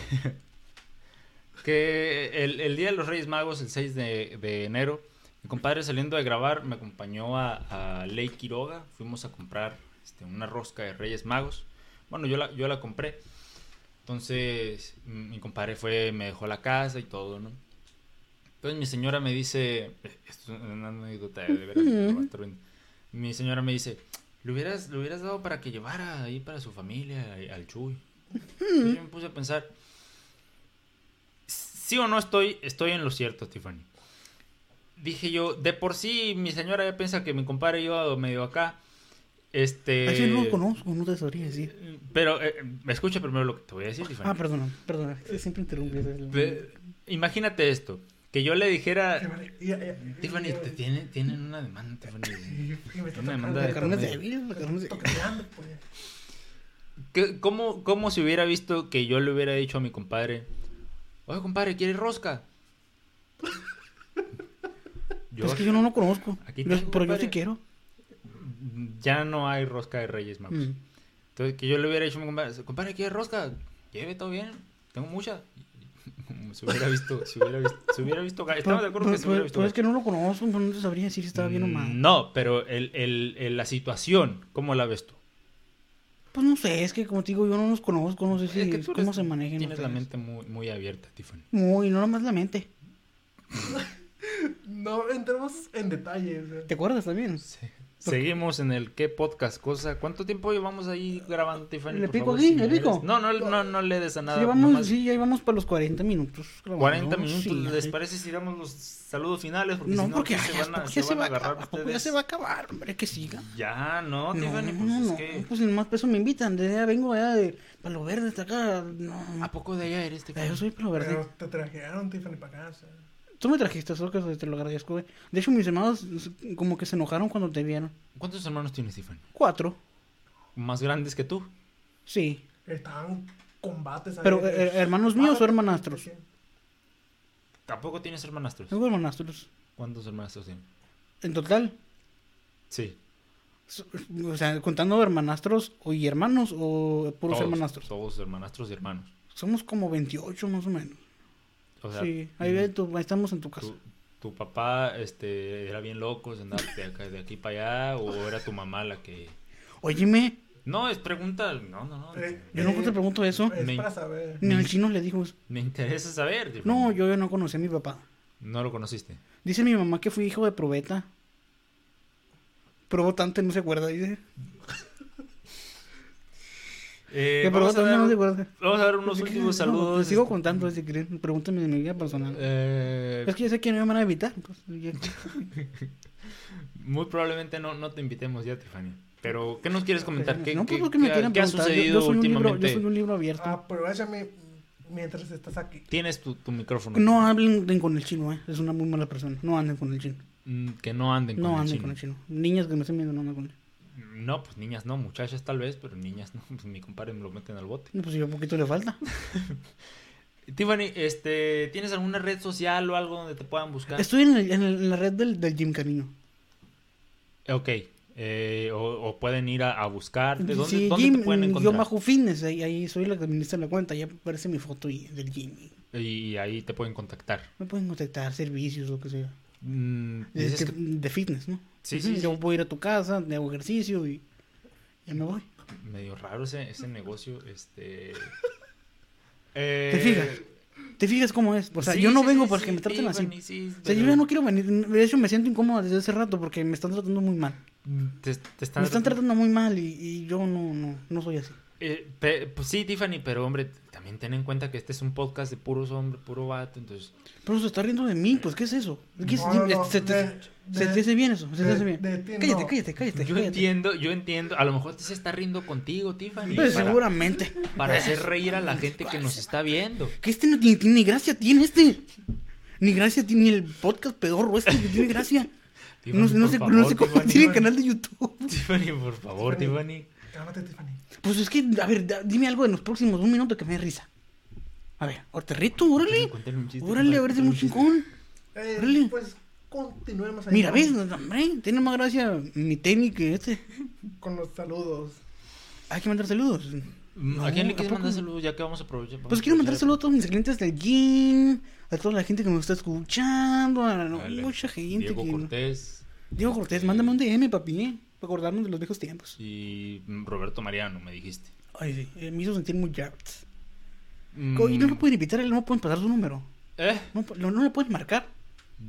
Speaker 3: que el, el Día de los Reyes Magos, el 6 de, de enero, mi compadre saliendo de grabar me acompañó a, a Ley Quiroga, fuimos a comprar este, una rosca de Reyes Magos, bueno, yo la, yo la compré, entonces mm, mi compadre fue, me dejó la casa y todo, ¿no? Entonces mi señora me dice, esto es una anécdota de veras, no va a estar bien. mi señora me dice, le hubieras, le hubieras dado para que llevara ahí para su familia, ahí al Chuy. Entonces yo me puse a pensar, sí o no estoy, estoy en lo cierto, Tiffany. Dije yo, de por sí mi señora ya piensa que mi compadre iba medio acá. Este...
Speaker 2: Así no lo conozco, no te sabría decir.
Speaker 3: Pero eh, escucha primero lo que te voy a decir, Tiffany.
Speaker 2: Ah, perdona, perdona. Siempre interrumpí. esa es la-
Speaker 3: Pe- Imagínate esto, que yo le dijera,
Speaker 4: Tiffany, y- y- y-
Speaker 3: Tiffany,
Speaker 4: y-
Speaker 3: te tiene, tienen una demanda, Tiffany.
Speaker 4: y- me está
Speaker 3: Una
Speaker 4: tocando,
Speaker 3: demanda de
Speaker 2: La carne es
Speaker 3: comer.
Speaker 2: débil, la carne es débil.
Speaker 4: tocando, pues.
Speaker 3: ¿Qué- cómo, ¿Cómo se hubiera visto que yo le hubiera dicho a mi compadre, oye, compadre, ¿quieres rosca? Yo-
Speaker 2: Pues Es que yo no lo conozco.
Speaker 3: Aquí
Speaker 2: Yo-
Speaker 3: tengo,
Speaker 2: pero yo
Speaker 3: compadre.
Speaker 2: sí quiero.
Speaker 3: Ya no hay rosca de Reyes Magos.
Speaker 2: Mm.
Speaker 3: Entonces, que yo le hubiera dicho a mi compadre, compadre, ¿quieres rosca? Lleve, todo bien, tengo mucha. Se hubiera visto, se hubiera visto, se hubiera visto, gacho. estamos de acuerdo que se hubiera visto.
Speaker 2: Pero es
Speaker 3: gacho. Mm,
Speaker 2: que no lo conozco, pues, no te sabría decir si estaba bien o mal.
Speaker 3: No, pero el, el- el- la situación, ¿cómo la ves tú?
Speaker 2: Pues no sé, es que como te digo, yo no los conozco, no sé si
Speaker 3: Es que tú
Speaker 2: cómo
Speaker 3: eres-
Speaker 2: se manejan.
Speaker 3: Tienes la
Speaker 2: ustedes.
Speaker 3: mente muy, muy abierta, Tiffany.
Speaker 2: Muy, no nomás la mente.
Speaker 4: No entremos en detalles. eh.
Speaker 2: ¿Te acuerdas también?
Speaker 3: Seguimos en el qué podcast, cosa. ¿Cuánto tiempo llevamos ahí grabando, Tiffany?
Speaker 2: ¿Le
Speaker 3: por
Speaker 2: pico
Speaker 3: favor,
Speaker 2: aquí?
Speaker 3: si
Speaker 2: ¿Le
Speaker 3: me
Speaker 2: pico?
Speaker 3: eres- No, no, no, no le des a nada.
Speaker 2: sí, vamos,
Speaker 3: nomás
Speaker 2: sí, ya íbamos para los 40 minutos. grabando,
Speaker 3: 40 minutos.
Speaker 2: sí,
Speaker 3: ¿Les
Speaker 2: ay.
Speaker 3: parece si damos los saludos finales? Porque
Speaker 2: No,
Speaker 3: si no,
Speaker 2: porque
Speaker 3: aquí
Speaker 2: ay,
Speaker 3: se van a,
Speaker 2: ya,
Speaker 3: se
Speaker 2: se
Speaker 3: van
Speaker 2: va
Speaker 3: a
Speaker 2: a
Speaker 3: agarrar
Speaker 2: acabar,
Speaker 3: ustedes.
Speaker 2: ya se va a acabar, hombre, que siga.
Speaker 3: Ya, no,
Speaker 2: No,
Speaker 3: Tiffany, pues
Speaker 2: no,
Speaker 3: es
Speaker 2: no,
Speaker 3: que.
Speaker 2: pues nomás por eso me invitan, de allá vengo allá de Palo Verde hasta acá, no,
Speaker 3: ¿A poco de allá eres, Tiffany?
Speaker 2: Ah, yo soy Palo Verde.
Speaker 4: Pero te trajeron, Tiffany, para casa.
Speaker 2: Tú me trajiste, solo que te lo agradezco, güey. De hecho, mis hermanos s- como que se enojaron cuando te vieron.
Speaker 3: ¿Cuántos hermanos tienes, Tiffany?
Speaker 2: Cuatro,
Speaker 3: ¿Más grandes que tú?
Speaker 2: sí.
Speaker 4: Estaban combates. ahí
Speaker 2: Pero,
Speaker 4: de-
Speaker 2: eh, eh, ¿hermanos míos o
Speaker 4: Ah,
Speaker 2: hermanastros?
Speaker 4: sí.
Speaker 3: Tampoco tienes hermanastros.
Speaker 2: Tengo hermanastros.
Speaker 3: ¿Cuántos hermanastros tienes?
Speaker 2: En total.
Speaker 3: Sí.
Speaker 2: so- O sea, contando hermanastros o- y hermanos o puros
Speaker 3: todos,
Speaker 2: hermanastros.
Speaker 3: Todos hermanastros y hermanos.
Speaker 2: Somos como 28 más o menos.
Speaker 3: O sea,
Speaker 2: sí, ahí, ve tu- ahí estamos en tu casa.
Speaker 3: tu, tu papá este, era bien loco, se andaba de, acá- de aquí para allá, o era tu mamá la que...
Speaker 2: Óyeme,
Speaker 3: No, es pregunta... No, no, no.
Speaker 4: Eh,
Speaker 2: yo nunca te pregunto eso.
Speaker 4: Es
Speaker 3: Me-
Speaker 4: para saber.
Speaker 2: Ni
Speaker 3: eh,
Speaker 2: el chino le dijo eso.
Speaker 3: Me interesa saber. digo.
Speaker 2: No, yo no conocí a mi papá.
Speaker 3: No lo conociste.
Speaker 2: Dice mi mamá que fui hijo de probeta. Probotante, no se acuerda, dice.
Speaker 3: Eh,
Speaker 2: Que
Speaker 3: vamos, a
Speaker 2: probotante no se
Speaker 3: dar,
Speaker 2: acuerda.
Speaker 3: vamos a dar unos
Speaker 2: No,
Speaker 3: últimos
Speaker 2: no,
Speaker 3: saludos. este,
Speaker 2: te sigo contando, si quieren, pregúntame de mi vida personal.
Speaker 3: Eh,
Speaker 2: es que yo sé que no me van a evitar. pues, ya-
Speaker 3: Muy probablemente no, no te invitemos ya, Tiffany. Pero, ¿qué nos quieres comentar? ¿Qué,
Speaker 2: no,
Speaker 3: qué-
Speaker 2: pues lo que me
Speaker 3: qué ha-
Speaker 2: quieran
Speaker 3: qué ha
Speaker 2: preguntar. Yo-
Speaker 3: sucedido
Speaker 2: Yo, soy un libro,
Speaker 3: últimamente? Ah,
Speaker 2: yo soy un libro abierto.
Speaker 4: Aprovechame mientras estás aquí.
Speaker 3: Tienes tu, tu micrófono.
Speaker 2: no ah, hablen con el chino, eh. Es una muy mala persona. No anden con el chino.
Speaker 3: Mm, Que no anden con
Speaker 2: No
Speaker 3: el
Speaker 2: anden
Speaker 3: chino.
Speaker 2: con el chino. Niñas que me estén viendo, no anden con él.
Speaker 3: No, pues niñas no, muchachas tal vez, pero niñas no. Pues, mi compadre me lo meten al bote.
Speaker 2: No, pues yo un poquito le falta.
Speaker 3: Tiffany, este, ¿tienes alguna red social o algo donde te puedan buscar?
Speaker 2: Estoy en, el- en el- en la red del, del Jim Camino.
Speaker 3: Ok. eh, o, o pueden ir a, a buscarte. ¿Dónde,
Speaker 2: Sí,
Speaker 3: dónde
Speaker 2: Jim,
Speaker 3: te pueden encontrar?
Speaker 2: yo bajo fitness, ahí, ahí soy la que administra la cuenta, ya aparece mi foto y, del gym. y
Speaker 3: Y ahí te pueden contactar.
Speaker 2: Me pueden contactar servicios, lo que sea.
Speaker 3: Mm,
Speaker 2: De,
Speaker 3: dices
Speaker 2: que-
Speaker 3: que-
Speaker 2: de fitness, ¿no?
Speaker 3: Sí,
Speaker 2: Ujú,
Speaker 3: sí, sí.
Speaker 2: Yo voy a ir a tu casa, me hago ejercicio y ya me voy.
Speaker 3: medio raro ese, ese negocio, este... Eh,
Speaker 2: ¿Te fijas? ¿Te fijas cómo es? O sea, yo no vengo porque me traten así. O sea, yo ya no quiero venir. De hecho, me siento incómodo desde hace rato porque me están tratando muy mal.
Speaker 3: Te, te están,
Speaker 2: Me están tratando muy mal y, y yo no, no, no soy así.
Speaker 3: Eh, pe- pues sí, Tiffany, pero hombre, también ten en cuenta que este es un podcast de puros hombres, puro vato, entonces...
Speaker 2: Pero se está riendo de mí, pues, ¿qué es eso? ¿Qué es-
Speaker 4: No, no, no,
Speaker 2: se, te,
Speaker 4: de-
Speaker 2: se
Speaker 4: de-
Speaker 2: te hace bien eso, se te
Speaker 4: de-
Speaker 2: hace bien.
Speaker 4: de ti no.
Speaker 2: cállate, cállate, cállate.
Speaker 3: Yo
Speaker 2: cállate.
Speaker 3: entiendo, yo entiendo. A lo mejor te se está riendo contigo, Tiffany.
Speaker 2: Pues,
Speaker 3: para,
Speaker 2: seguramente.
Speaker 3: para hacer reír a la gente que nos está viendo.
Speaker 2: Que este no tiene, tiene gracia, tiene este. Ni gracia tiene ni el podcast pedorro este que tiene gracia. No,
Speaker 3: Tiffany,
Speaker 2: no
Speaker 3: por
Speaker 2: sé, no
Speaker 3: favor,
Speaker 2: sé cómo
Speaker 3: Tiffany.
Speaker 2: tiene canal de YouTube.
Speaker 3: Tiffany, por favor, Tiffany.
Speaker 4: Cálmate, Tiffany.
Speaker 2: Pues es que, a ver, da- dime algo en los próximos un minuto que me dé risa. A ver, Orterrito, órale.
Speaker 3: Cuéntale un chiste,
Speaker 2: Órale, a
Speaker 3: cuéntale
Speaker 2: ver, es
Speaker 3: un
Speaker 2: muy
Speaker 3: chiste.
Speaker 2: chingón.
Speaker 4: Eh,
Speaker 2: Órale.
Speaker 4: Pues continuemos ahí.
Speaker 2: Mira,
Speaker 4: con-
Speaker 2: ves, no, hombre, tiene más gracia mi tenis que este.
Speaker 4: Con los saludos.
Speaker 2: Hay que mandar saludos.
Speaker 3: "Mm, ¿A quién le
Speaker 2: No,
Speaker 3: quieres
Speaker 2: ¿a poco?
Speaker 3: mandar saludos ya que vamos a aprovechar? vamos
Speaker 2: Pues
Speaker 3: a
Speaker 2: quiero mandar
Speaker 3: aprovechar.
Speaker 2: saludos a todos mis clientes del gym, a toda la gente que nos está escuchando, a la-
Speaker 3: Dale.
Speaker 2: mucha gente
Speaker 3: Diego
Speaker 2: que...
Speaker 3: Cortés
Speaker 2: Diego Cortés, mándame un DM, papi, eh, para acordarnos de los viejos tiempos.
Speaker 3: y mm, Roberto Mariano, me dijiste.
Speaker 2: Ay, sí, eh, me hizo sentir muy jacked.
Speaker 3: Mm,
Speaker 2: Co- Y no lo pueden invitar, él no pueden pasar su número.
Speaker 3: ¿Eh?
Speaker 2: No, pu- no, no le pueden marcar.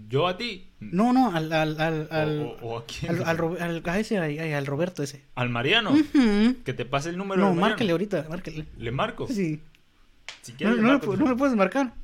Speaker 3: ¿Yo a ti?
Speaker 2: No, no, al... al, al,
Speaker 3: ¿O-
Speaker 2: al-
Speaker 3: o, o a quién?
Speaker 2: al- al Robe- al- a ese, ay, ay, al Roberto ese.
Speaker 3: ¿Al Mariano?
Speaker 2: Ujú.
Speaker 3: Que te pase el número.
Speaker 2: No,
Speaker 3: del Mariano.
Speaker 2: márcale ahorita, márcale.
Speaker 3: ¿Le marco?
Speaker 2: Sí.
Speaker 3: Si
Speaker 2: No,
Speaker 3: quieres,
Speaker 2: no
Speaker 3: le
Speaker 2: le
Speaker 3: marco,
Speaker 2: pu-
Speaker 3: Tiffany.
Speaker 2: no le puedes marcar.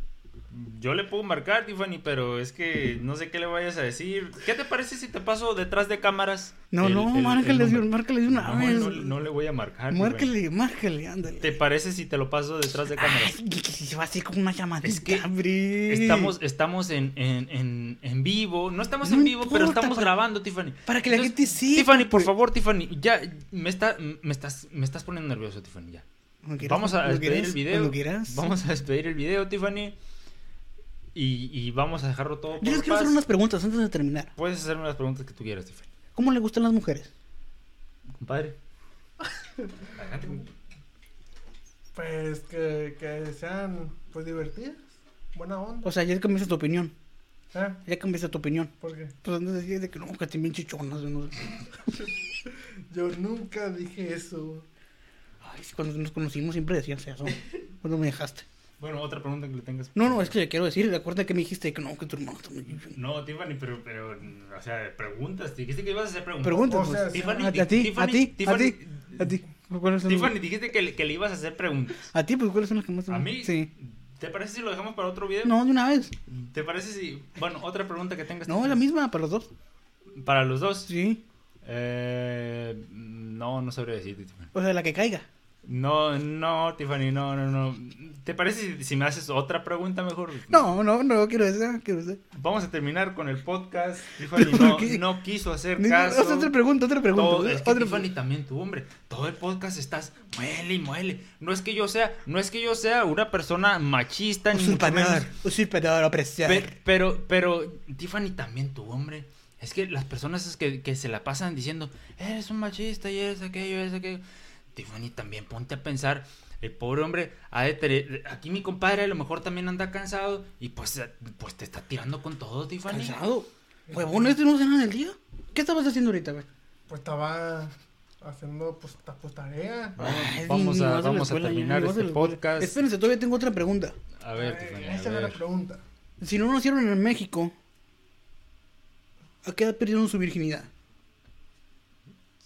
Speaker 3: Yo le puedo marcar, Tiffany, pero es que no sé qué le vayas a decir. ¿Qué te parece si te paso detrás de cámaras?
Speaker 2: No, no, márcale de-
Speaker 3: número?
Speaker 2: márcale de una
Speaker 3: no,
Speaker 2: vez.
Speaker 3: No, no le voy a marcar. Tiffany.
Speaker 2: Márcale, márcale, ándale.
Speaker 3: Ah, ¿Te parece si te lo paso detrás de cámaras?
Speaker 2: Ay, que- que se va a hacer como una llamadita,
Speaker 3: Es que
Speaker 2: hombre.
Speaker 3: Estamos, estamos en, en, en, en vivo. No estamos
Speaker 2: No
Speaker 3: en vivo, pero
Speaker 2: importa,
Speaker 3: estamos
Speaker 2: para-
Speaker 3: grabando, Tiffany.
Speaker 2: para que la gente sepa,
Speaker 3: Tiffany, por
Speaker 2: pues.
Speaker 3: favor, Tiffany. Ya me, está, me, estás, me estás poniendo nervioso, Tiffany. Ya.
Speaker 2: Cuando quieras,
Speaker 3: Vamos a
Speaker 2: cuando
Speaker 3: despedir
Speaker 2: quieras,
Speaker 3: el video.
Speaker 2: cuando quieras.
Speaker 3: Vamos a despedir el video, Tiffany. Y, y vamos a dejarlo todo.
Speaker 2: Yo
Speaker 3: por
Speaker 2: les quiero
Speaker 3: paz.
Speaker 2: hacer unas preguntas antes de terminar.
Speaker 3: Puedes hacerme las preguntas que tú quieras, Tiffany.
Speaker 2: ¿Cómo le gustan las mujeres?
Speaker 3: Compadre. Adelante, compadre.
Speaker 4: Pues que, que sean pues divertidas. Buena onda.
Speaker 2: O sea, ya cambiaste tu opinión.
Speaker 4: ¿Eh?
Speaker 2: Ya cambiaste tu opinión.
Speaker 4: Porque
Speaker 2: Pues antes decías de que no, que te bien chichonas. no sé.
Speaker 4: yo nunca dije eso.
Speaker 2: Ay, sí, cuando nos conocimos siempre decías eso. Cuando me dejaste.
Speaker 3: Bueno, otra pregunta que le tengas.
Speaker 2: No, no, es que le quiero decir, acuérdate que me dijiste que no, que tu hermano está muy chichón.
Speaker 3: No, Tiffany, pero, pero, o sea, preguntas. Dijiste que ibas a hacer preguntas.
Speaker 2: Pregunta,
Speaker 4: O sea,
Speaker 2: pues.
Speaker 4: sí.
Speaker 3: Tiffany,
Speaker 2: a, a ti, a
Speaker 3: Tiffany,
Speaker 2: ti, a
Speaker 3: Tiffany.
Speaker 2: ti, a ti. ¿Cuáles son los-
Speaker 3: Tiffany, dijiste que le, que le ibas a hacer preguntas.
Speaker 2: A ti, pues, ¿cuáles son las que más te
Speaker 3: ¿A
Speaker 2: gustan?
Speaker 3: mí?
Speaker 2: Sí.
Speaker 3: ¿Te parece si lo dejamos para otro video?
Speaker 2: No, de una vez.
Speaker 3: ¿Te parece si... Bueno, otra pregunta que tengas.
Speaker 2: No, la misma para los dos.
Speaker 3: Para los dos.
Speaker 2: Sí.
Speaker 3: Eh, no, no sabría decirte. Tiffany.
Speaker 2: O sea, la que caiga.
Speaker 3: No, no, Tiffany, no, no, no. ¿Te parece si, si me haces otra pregunta mejor?
Speaker 2: No, no, no, quiero esa, quiero esa.
Speaker 3: Vamos a terminar con el podcast. Tiffany no,
Speaker 2: ¿Qué?
Speaker 3: no quiso hacer
Speaker 2: Ni-
Speaker 3: caso.
Speaker 2: o sea, otra pregunta, otra pregunta.
Speaker 3: Todo- es que
Speaker 2: otra
Speaker 3: Tiffany también tú, hombre. Todo el podcast estás muele y muele. No es que yo sea, no es que yo sea una persona machista
Speaker 2: Pues
Speaker 3: ni mucho menos.
Speaker 2: Usurpador, usurpador, opresor.
Speaker 3: Pe- pero, pero, Tiffany también tu hombre. Es que las personas es que, que se la pasan diciendo, eres un machista y eres aquello, eres aquello. Tiffany también ponte a pensar, el pobre hombre, ha de tener- aquí mi compadre a lo mejor también anda cansado y pues, eh, pues te está tirando con todo, Tiffany.
Speaker 2: Cansado. Huevón, este ¿no tenemos nada del día? ¿Qué estabas haciendo ahorita, güey?
Speaker 4: Pues estaba haciendo pues, ta- pues, tarea.
Speaker 2: Ay,
Speaker 3: vamos
Speaker 2: ni
Speaker 3: a-
Speaker 2: vas la
Speaker 3: vamos a
Speaker 2: escuela,
Speaker 3: terminar
Speaker 2: ni vas
Speaker 3: este
Speaker 2: a la escuela.
Speaker 3: podcast.
Speaker 2: Espérense, todavía tengo otra pregunta.
Speaker 3: A ver, Tiffany,
Speaker 4: Eh,
Speaker 3: a
Speaker 4: Esa era la
Speaker 3: ver.
Speaker 4: pregunta.
Speaker 2: Si no nacieron en México, ¿a qué edad perdieron su virginidad?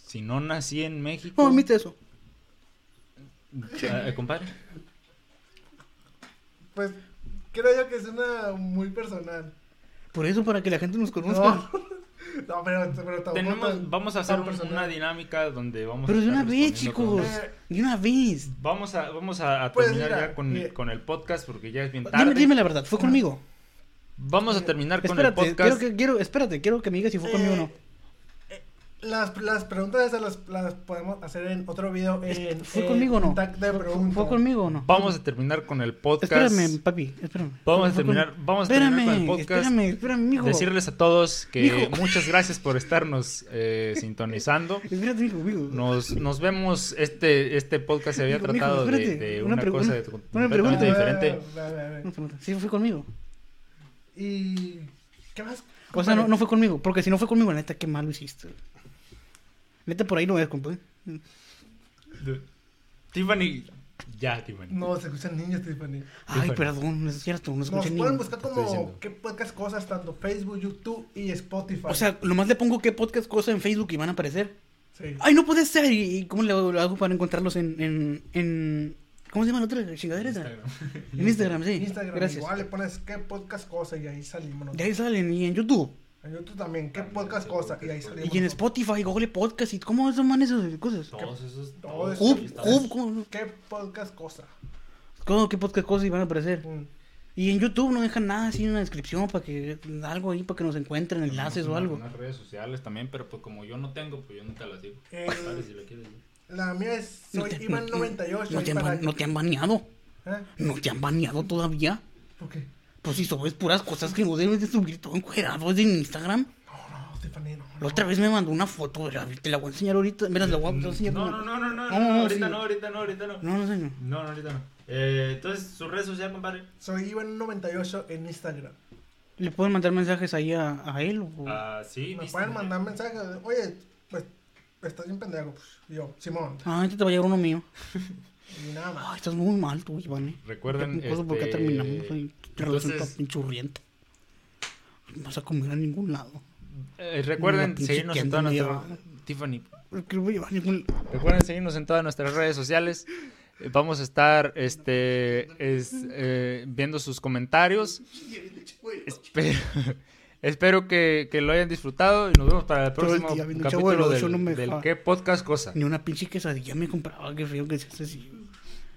Speaker 3: Si no nací en México...
Speaker 2: No, omite eso.
Speaker 3: Eh, compadre.
Speaker 4: Pues creo yo que es una muy personal.
Speaker 2: Por eso, para que la gente nos
Speaker 4: No,
Speaker 2: conozca.
Speaker 4: no pero, pero tampoco
Speaker 3: Tenemos,
Speaker 4: tan-
Speaker 3: vamos a hacer
Speaker 4: tan
Speaker 3: un-
Speaker 4: personal.
Speaker 3: una dinámica donde vamos a
Speaker 2: Pero de
Speaker 3: estar
Speaker 2: una vez,
Speaker 3: respondiendo preguntas.
Speaker 2: chicos. De una vez.
Speaker 3: Vamos a, vamos a, a
Speaker 4: Pues
Speaker 3: terminar
Speaker 4: mira,
Speaker 3: ya con,
Speaker 4: mira.
Speaker 3: con el podcast porque ya es bien tarde.
Speaker 2: Dime, dime la verdad, ¿fue conmigo?
Speaker 3: Vamos a terminar con
Speaker 2: Espérate,
Speaker 3: el podcast.
Speaker 2: quiero que, quiero, espérate, quiero que me digas si fue conmigo o no.
Speaker 4: Eh, Las, las preguntas esas las, las podemos hacer en otro video. En,
Speaker 2: ¿Fue
Speaker 4: en
Speaker 2: conmigo o no?
Speaker 4: tag de
Speaker 2: ¿Fue,
Speaker 4: preguntas.
Speaker 2: fue conmigo o no?
Speaker 3: Vamos a terminar con el podcast.
Speaker 2: Espérame, papi, espérame.
Speaker 3: Vamos a
Speaker 2: Fue- fue
Speaker 3: terminar-
Speaker 2: con-
Speaker 3: vamos a terminar con el
Speaker 2: Espérame,
Speaker 3: podcast.
Speaker 2: Espérame, espérame, mijo.
Speaker 3: Decirles a todos que
Speaker 2: Mijo.
Speaker 3: muchas gracias por estarnos eh, sintonizando.
Speaker 2: Espérate, mijo, mijo.
Speaker 3: Nos, nos vemos. Este, este podcast se había
Speaker 2: Mijo, mijo,
Speaker 3: tratado de-
Speaker 2: espérate.
Speaker 3: de,
Speaker 2: Una
Speaker 3: una,
Speaker 2: pregu-
Speaker 3: cosa
Speaker 2: una-
Speaker 3: de-
Speaker 2: una
Speaker 3: completamente
Speaker 4: A
Speaker 2: pregunta.
Speaker 4: ver,
Speaker 3: diferente.
Speaker 4: a ver, a ver.
Speaker 2: No, pregunta, Sí, fue conmigo.
Speaker 4: Y. ¿Qué más?
Speaker 2: O sea, no, no fue conmigo, porque si no fue conmigo, la neta, qué malo hiciste. Neta, por ahí no es, compadre.
Speaker 3: Tiffany. Ya, Tiffany.
Speaker 4: No, se escuchan niños, Tiffany.
Speaker 2: Ay,
Speaker 3: Tiffany.
Speaker 2: perdón, no es cierto, no
Speaker 4: Nos
Speaker 2: escuché ni.
Speaker 4: pueden buscar
Speaker 3: te estoy
Speaker 4: como
Speaker 3: diciendo.
Speaker 4: qué podcast cosas, tanto Facebook, YouTube y Spotify.
Speaker 2: O sea, nomás le pongo qué podcast cosa en Facebook y van a aparecer.
Speaker 4: sí.
Speaker 2: Ay, no puede ser. ¿Y y cómo le hago- lo hago para encontrarlos en. en, en... ¿Cómo se llama la otra chingadera? esa? En Instagram, sí.
Speaker 4: Instagram,
Speaker 2: Gracias.
Speaker 4: igual le pones qué podcast cosa y ahí salimos.
Speaker 2: De
Speaker 4: nosotros.
Speaker 2: ahí salen, y en YouTube,
Speaker 4: En YouTube también, qué podcast cosa y ahí salimos.
Speaker 2: y en
Speaker 4: nosotros.
Speaker 2: Spotify, Google Podcast, y cómo se llaman esas cosas.
Speaker 3: Todos esos.
Speaker 4: Todo eso.
Speaker 2: Up,
Speaker 4: Ahí está.
Speaker 2: up, ¿cómo?
Speaker 4: ¿Qué podcast cosa?
Speaker 2: ¿Cómo, ¿Qué podcast cosas y van a aparecer?
Speaker 4: Mm.
Speaker 2: Y en YouTube no dejan nada así en una descripción para que algo ahí para que nos encuentren enlaces o
Speaker 3: Tenemos
Speaker 2: algo.
Speaker 3: unas- unas redes sociales también, pero pues como yo no tengo, pues yo no te las digo.
Speaker 4: Eh,
Speaker 3: Dale, si la quieres.
Speaker 4: La mía es
Speaker 2: No
Speaker 4: soy
Speaker 2: te-
Speaker 4: Iván
Speaker 2: no-
Speaker 4: 98.
Speaker 2: No
Speaker 4: ahí
Speaker 2: te, han,
Speaker 4: para-
Speaker 2: ban- no te han baneado.
Speaker 4: ¿Eh?
Speaker 2: No te han baneado todavía.
Speaker 4: ¿Por qué?
Speaker 2: Pues si subes puras cosas que no debes de subir todo encuerado es en Instagram.
Speaker 4: No, no, Stephanie, no.
Speaker 2: La otra vez me mandó una foto, la- te la voy a enseñar ahorita. Mira, la voy a te la voy a enseñar.
Speaker 3: No, no, no, no, no,
Speaker 2: No,
Speaker 3: no,
Speaker 2: no,
Speaker 3: ahorita
Speaker 2: sí.
Speaker 3: no, ahorita no, ahorita no.
Speaker 2: No, no, señor.
Speaker 3: No, no, ahorita no. Eh, entonces, su red social, compadre.
Speaker 4: Soy Iván 98 en Instagram.
Speaker 2: ¿Le pueden mandar mensajes ahí a, a él? o-
Speaker 3: Ah, sí.
Speaker 4: Me
Speaker 3: viste.
Speaker 4: pueden mandar mensajes. de, Oye, pues, estás bien pendejo. Pues, y yo, Simón.
Speaker 2: Ah, ahorita te va a llegar uno mío.
Speaker 4: Y nada más.
Speaker 2: Ay, estás muy mal tú, Iván. ¿eh?
Speaker 3: Recuerden,
Speaker 2: Ya con cosas, ¿Por qué
Speaker 3: este,
Speaker 2: terminamos? Ay, Te relación tan
Speaker 3: entonces-
Speaker 2: pinchurriente. No vas a comer a ningún lado.
Speaker 3: Eh, recuerden
Speaker 2: Una pinche
Speaker 3: seguirnos en
Speaker 2: tienda
Speaker 3: todas nuestras.
Speaker 2: nueva.
Speaker 3: Tiffany.
Speaker 2: Porque no voy a llevar ningún
Speaker 3: Recuerden seguirnos en todas nuestras redes sociales. Eh, Vamos a estar este, es, eh, viendo sus comentarios. Espero, espero que, que lo hayan disfrutado y nos vemos para el
Speaker 2: Todo el
Speaker 3: próximo
Speaker 2: día viendo Chavo del
Speaker 3: capítulo
Speaker 2: Ocho, no me
Speaker 3: del, del
Speaker 2: deja.
Speaker 3: qué podcast cosa.
Speaker 2: Ni una pinche quesadilla me compraba, qué frío que se hace así.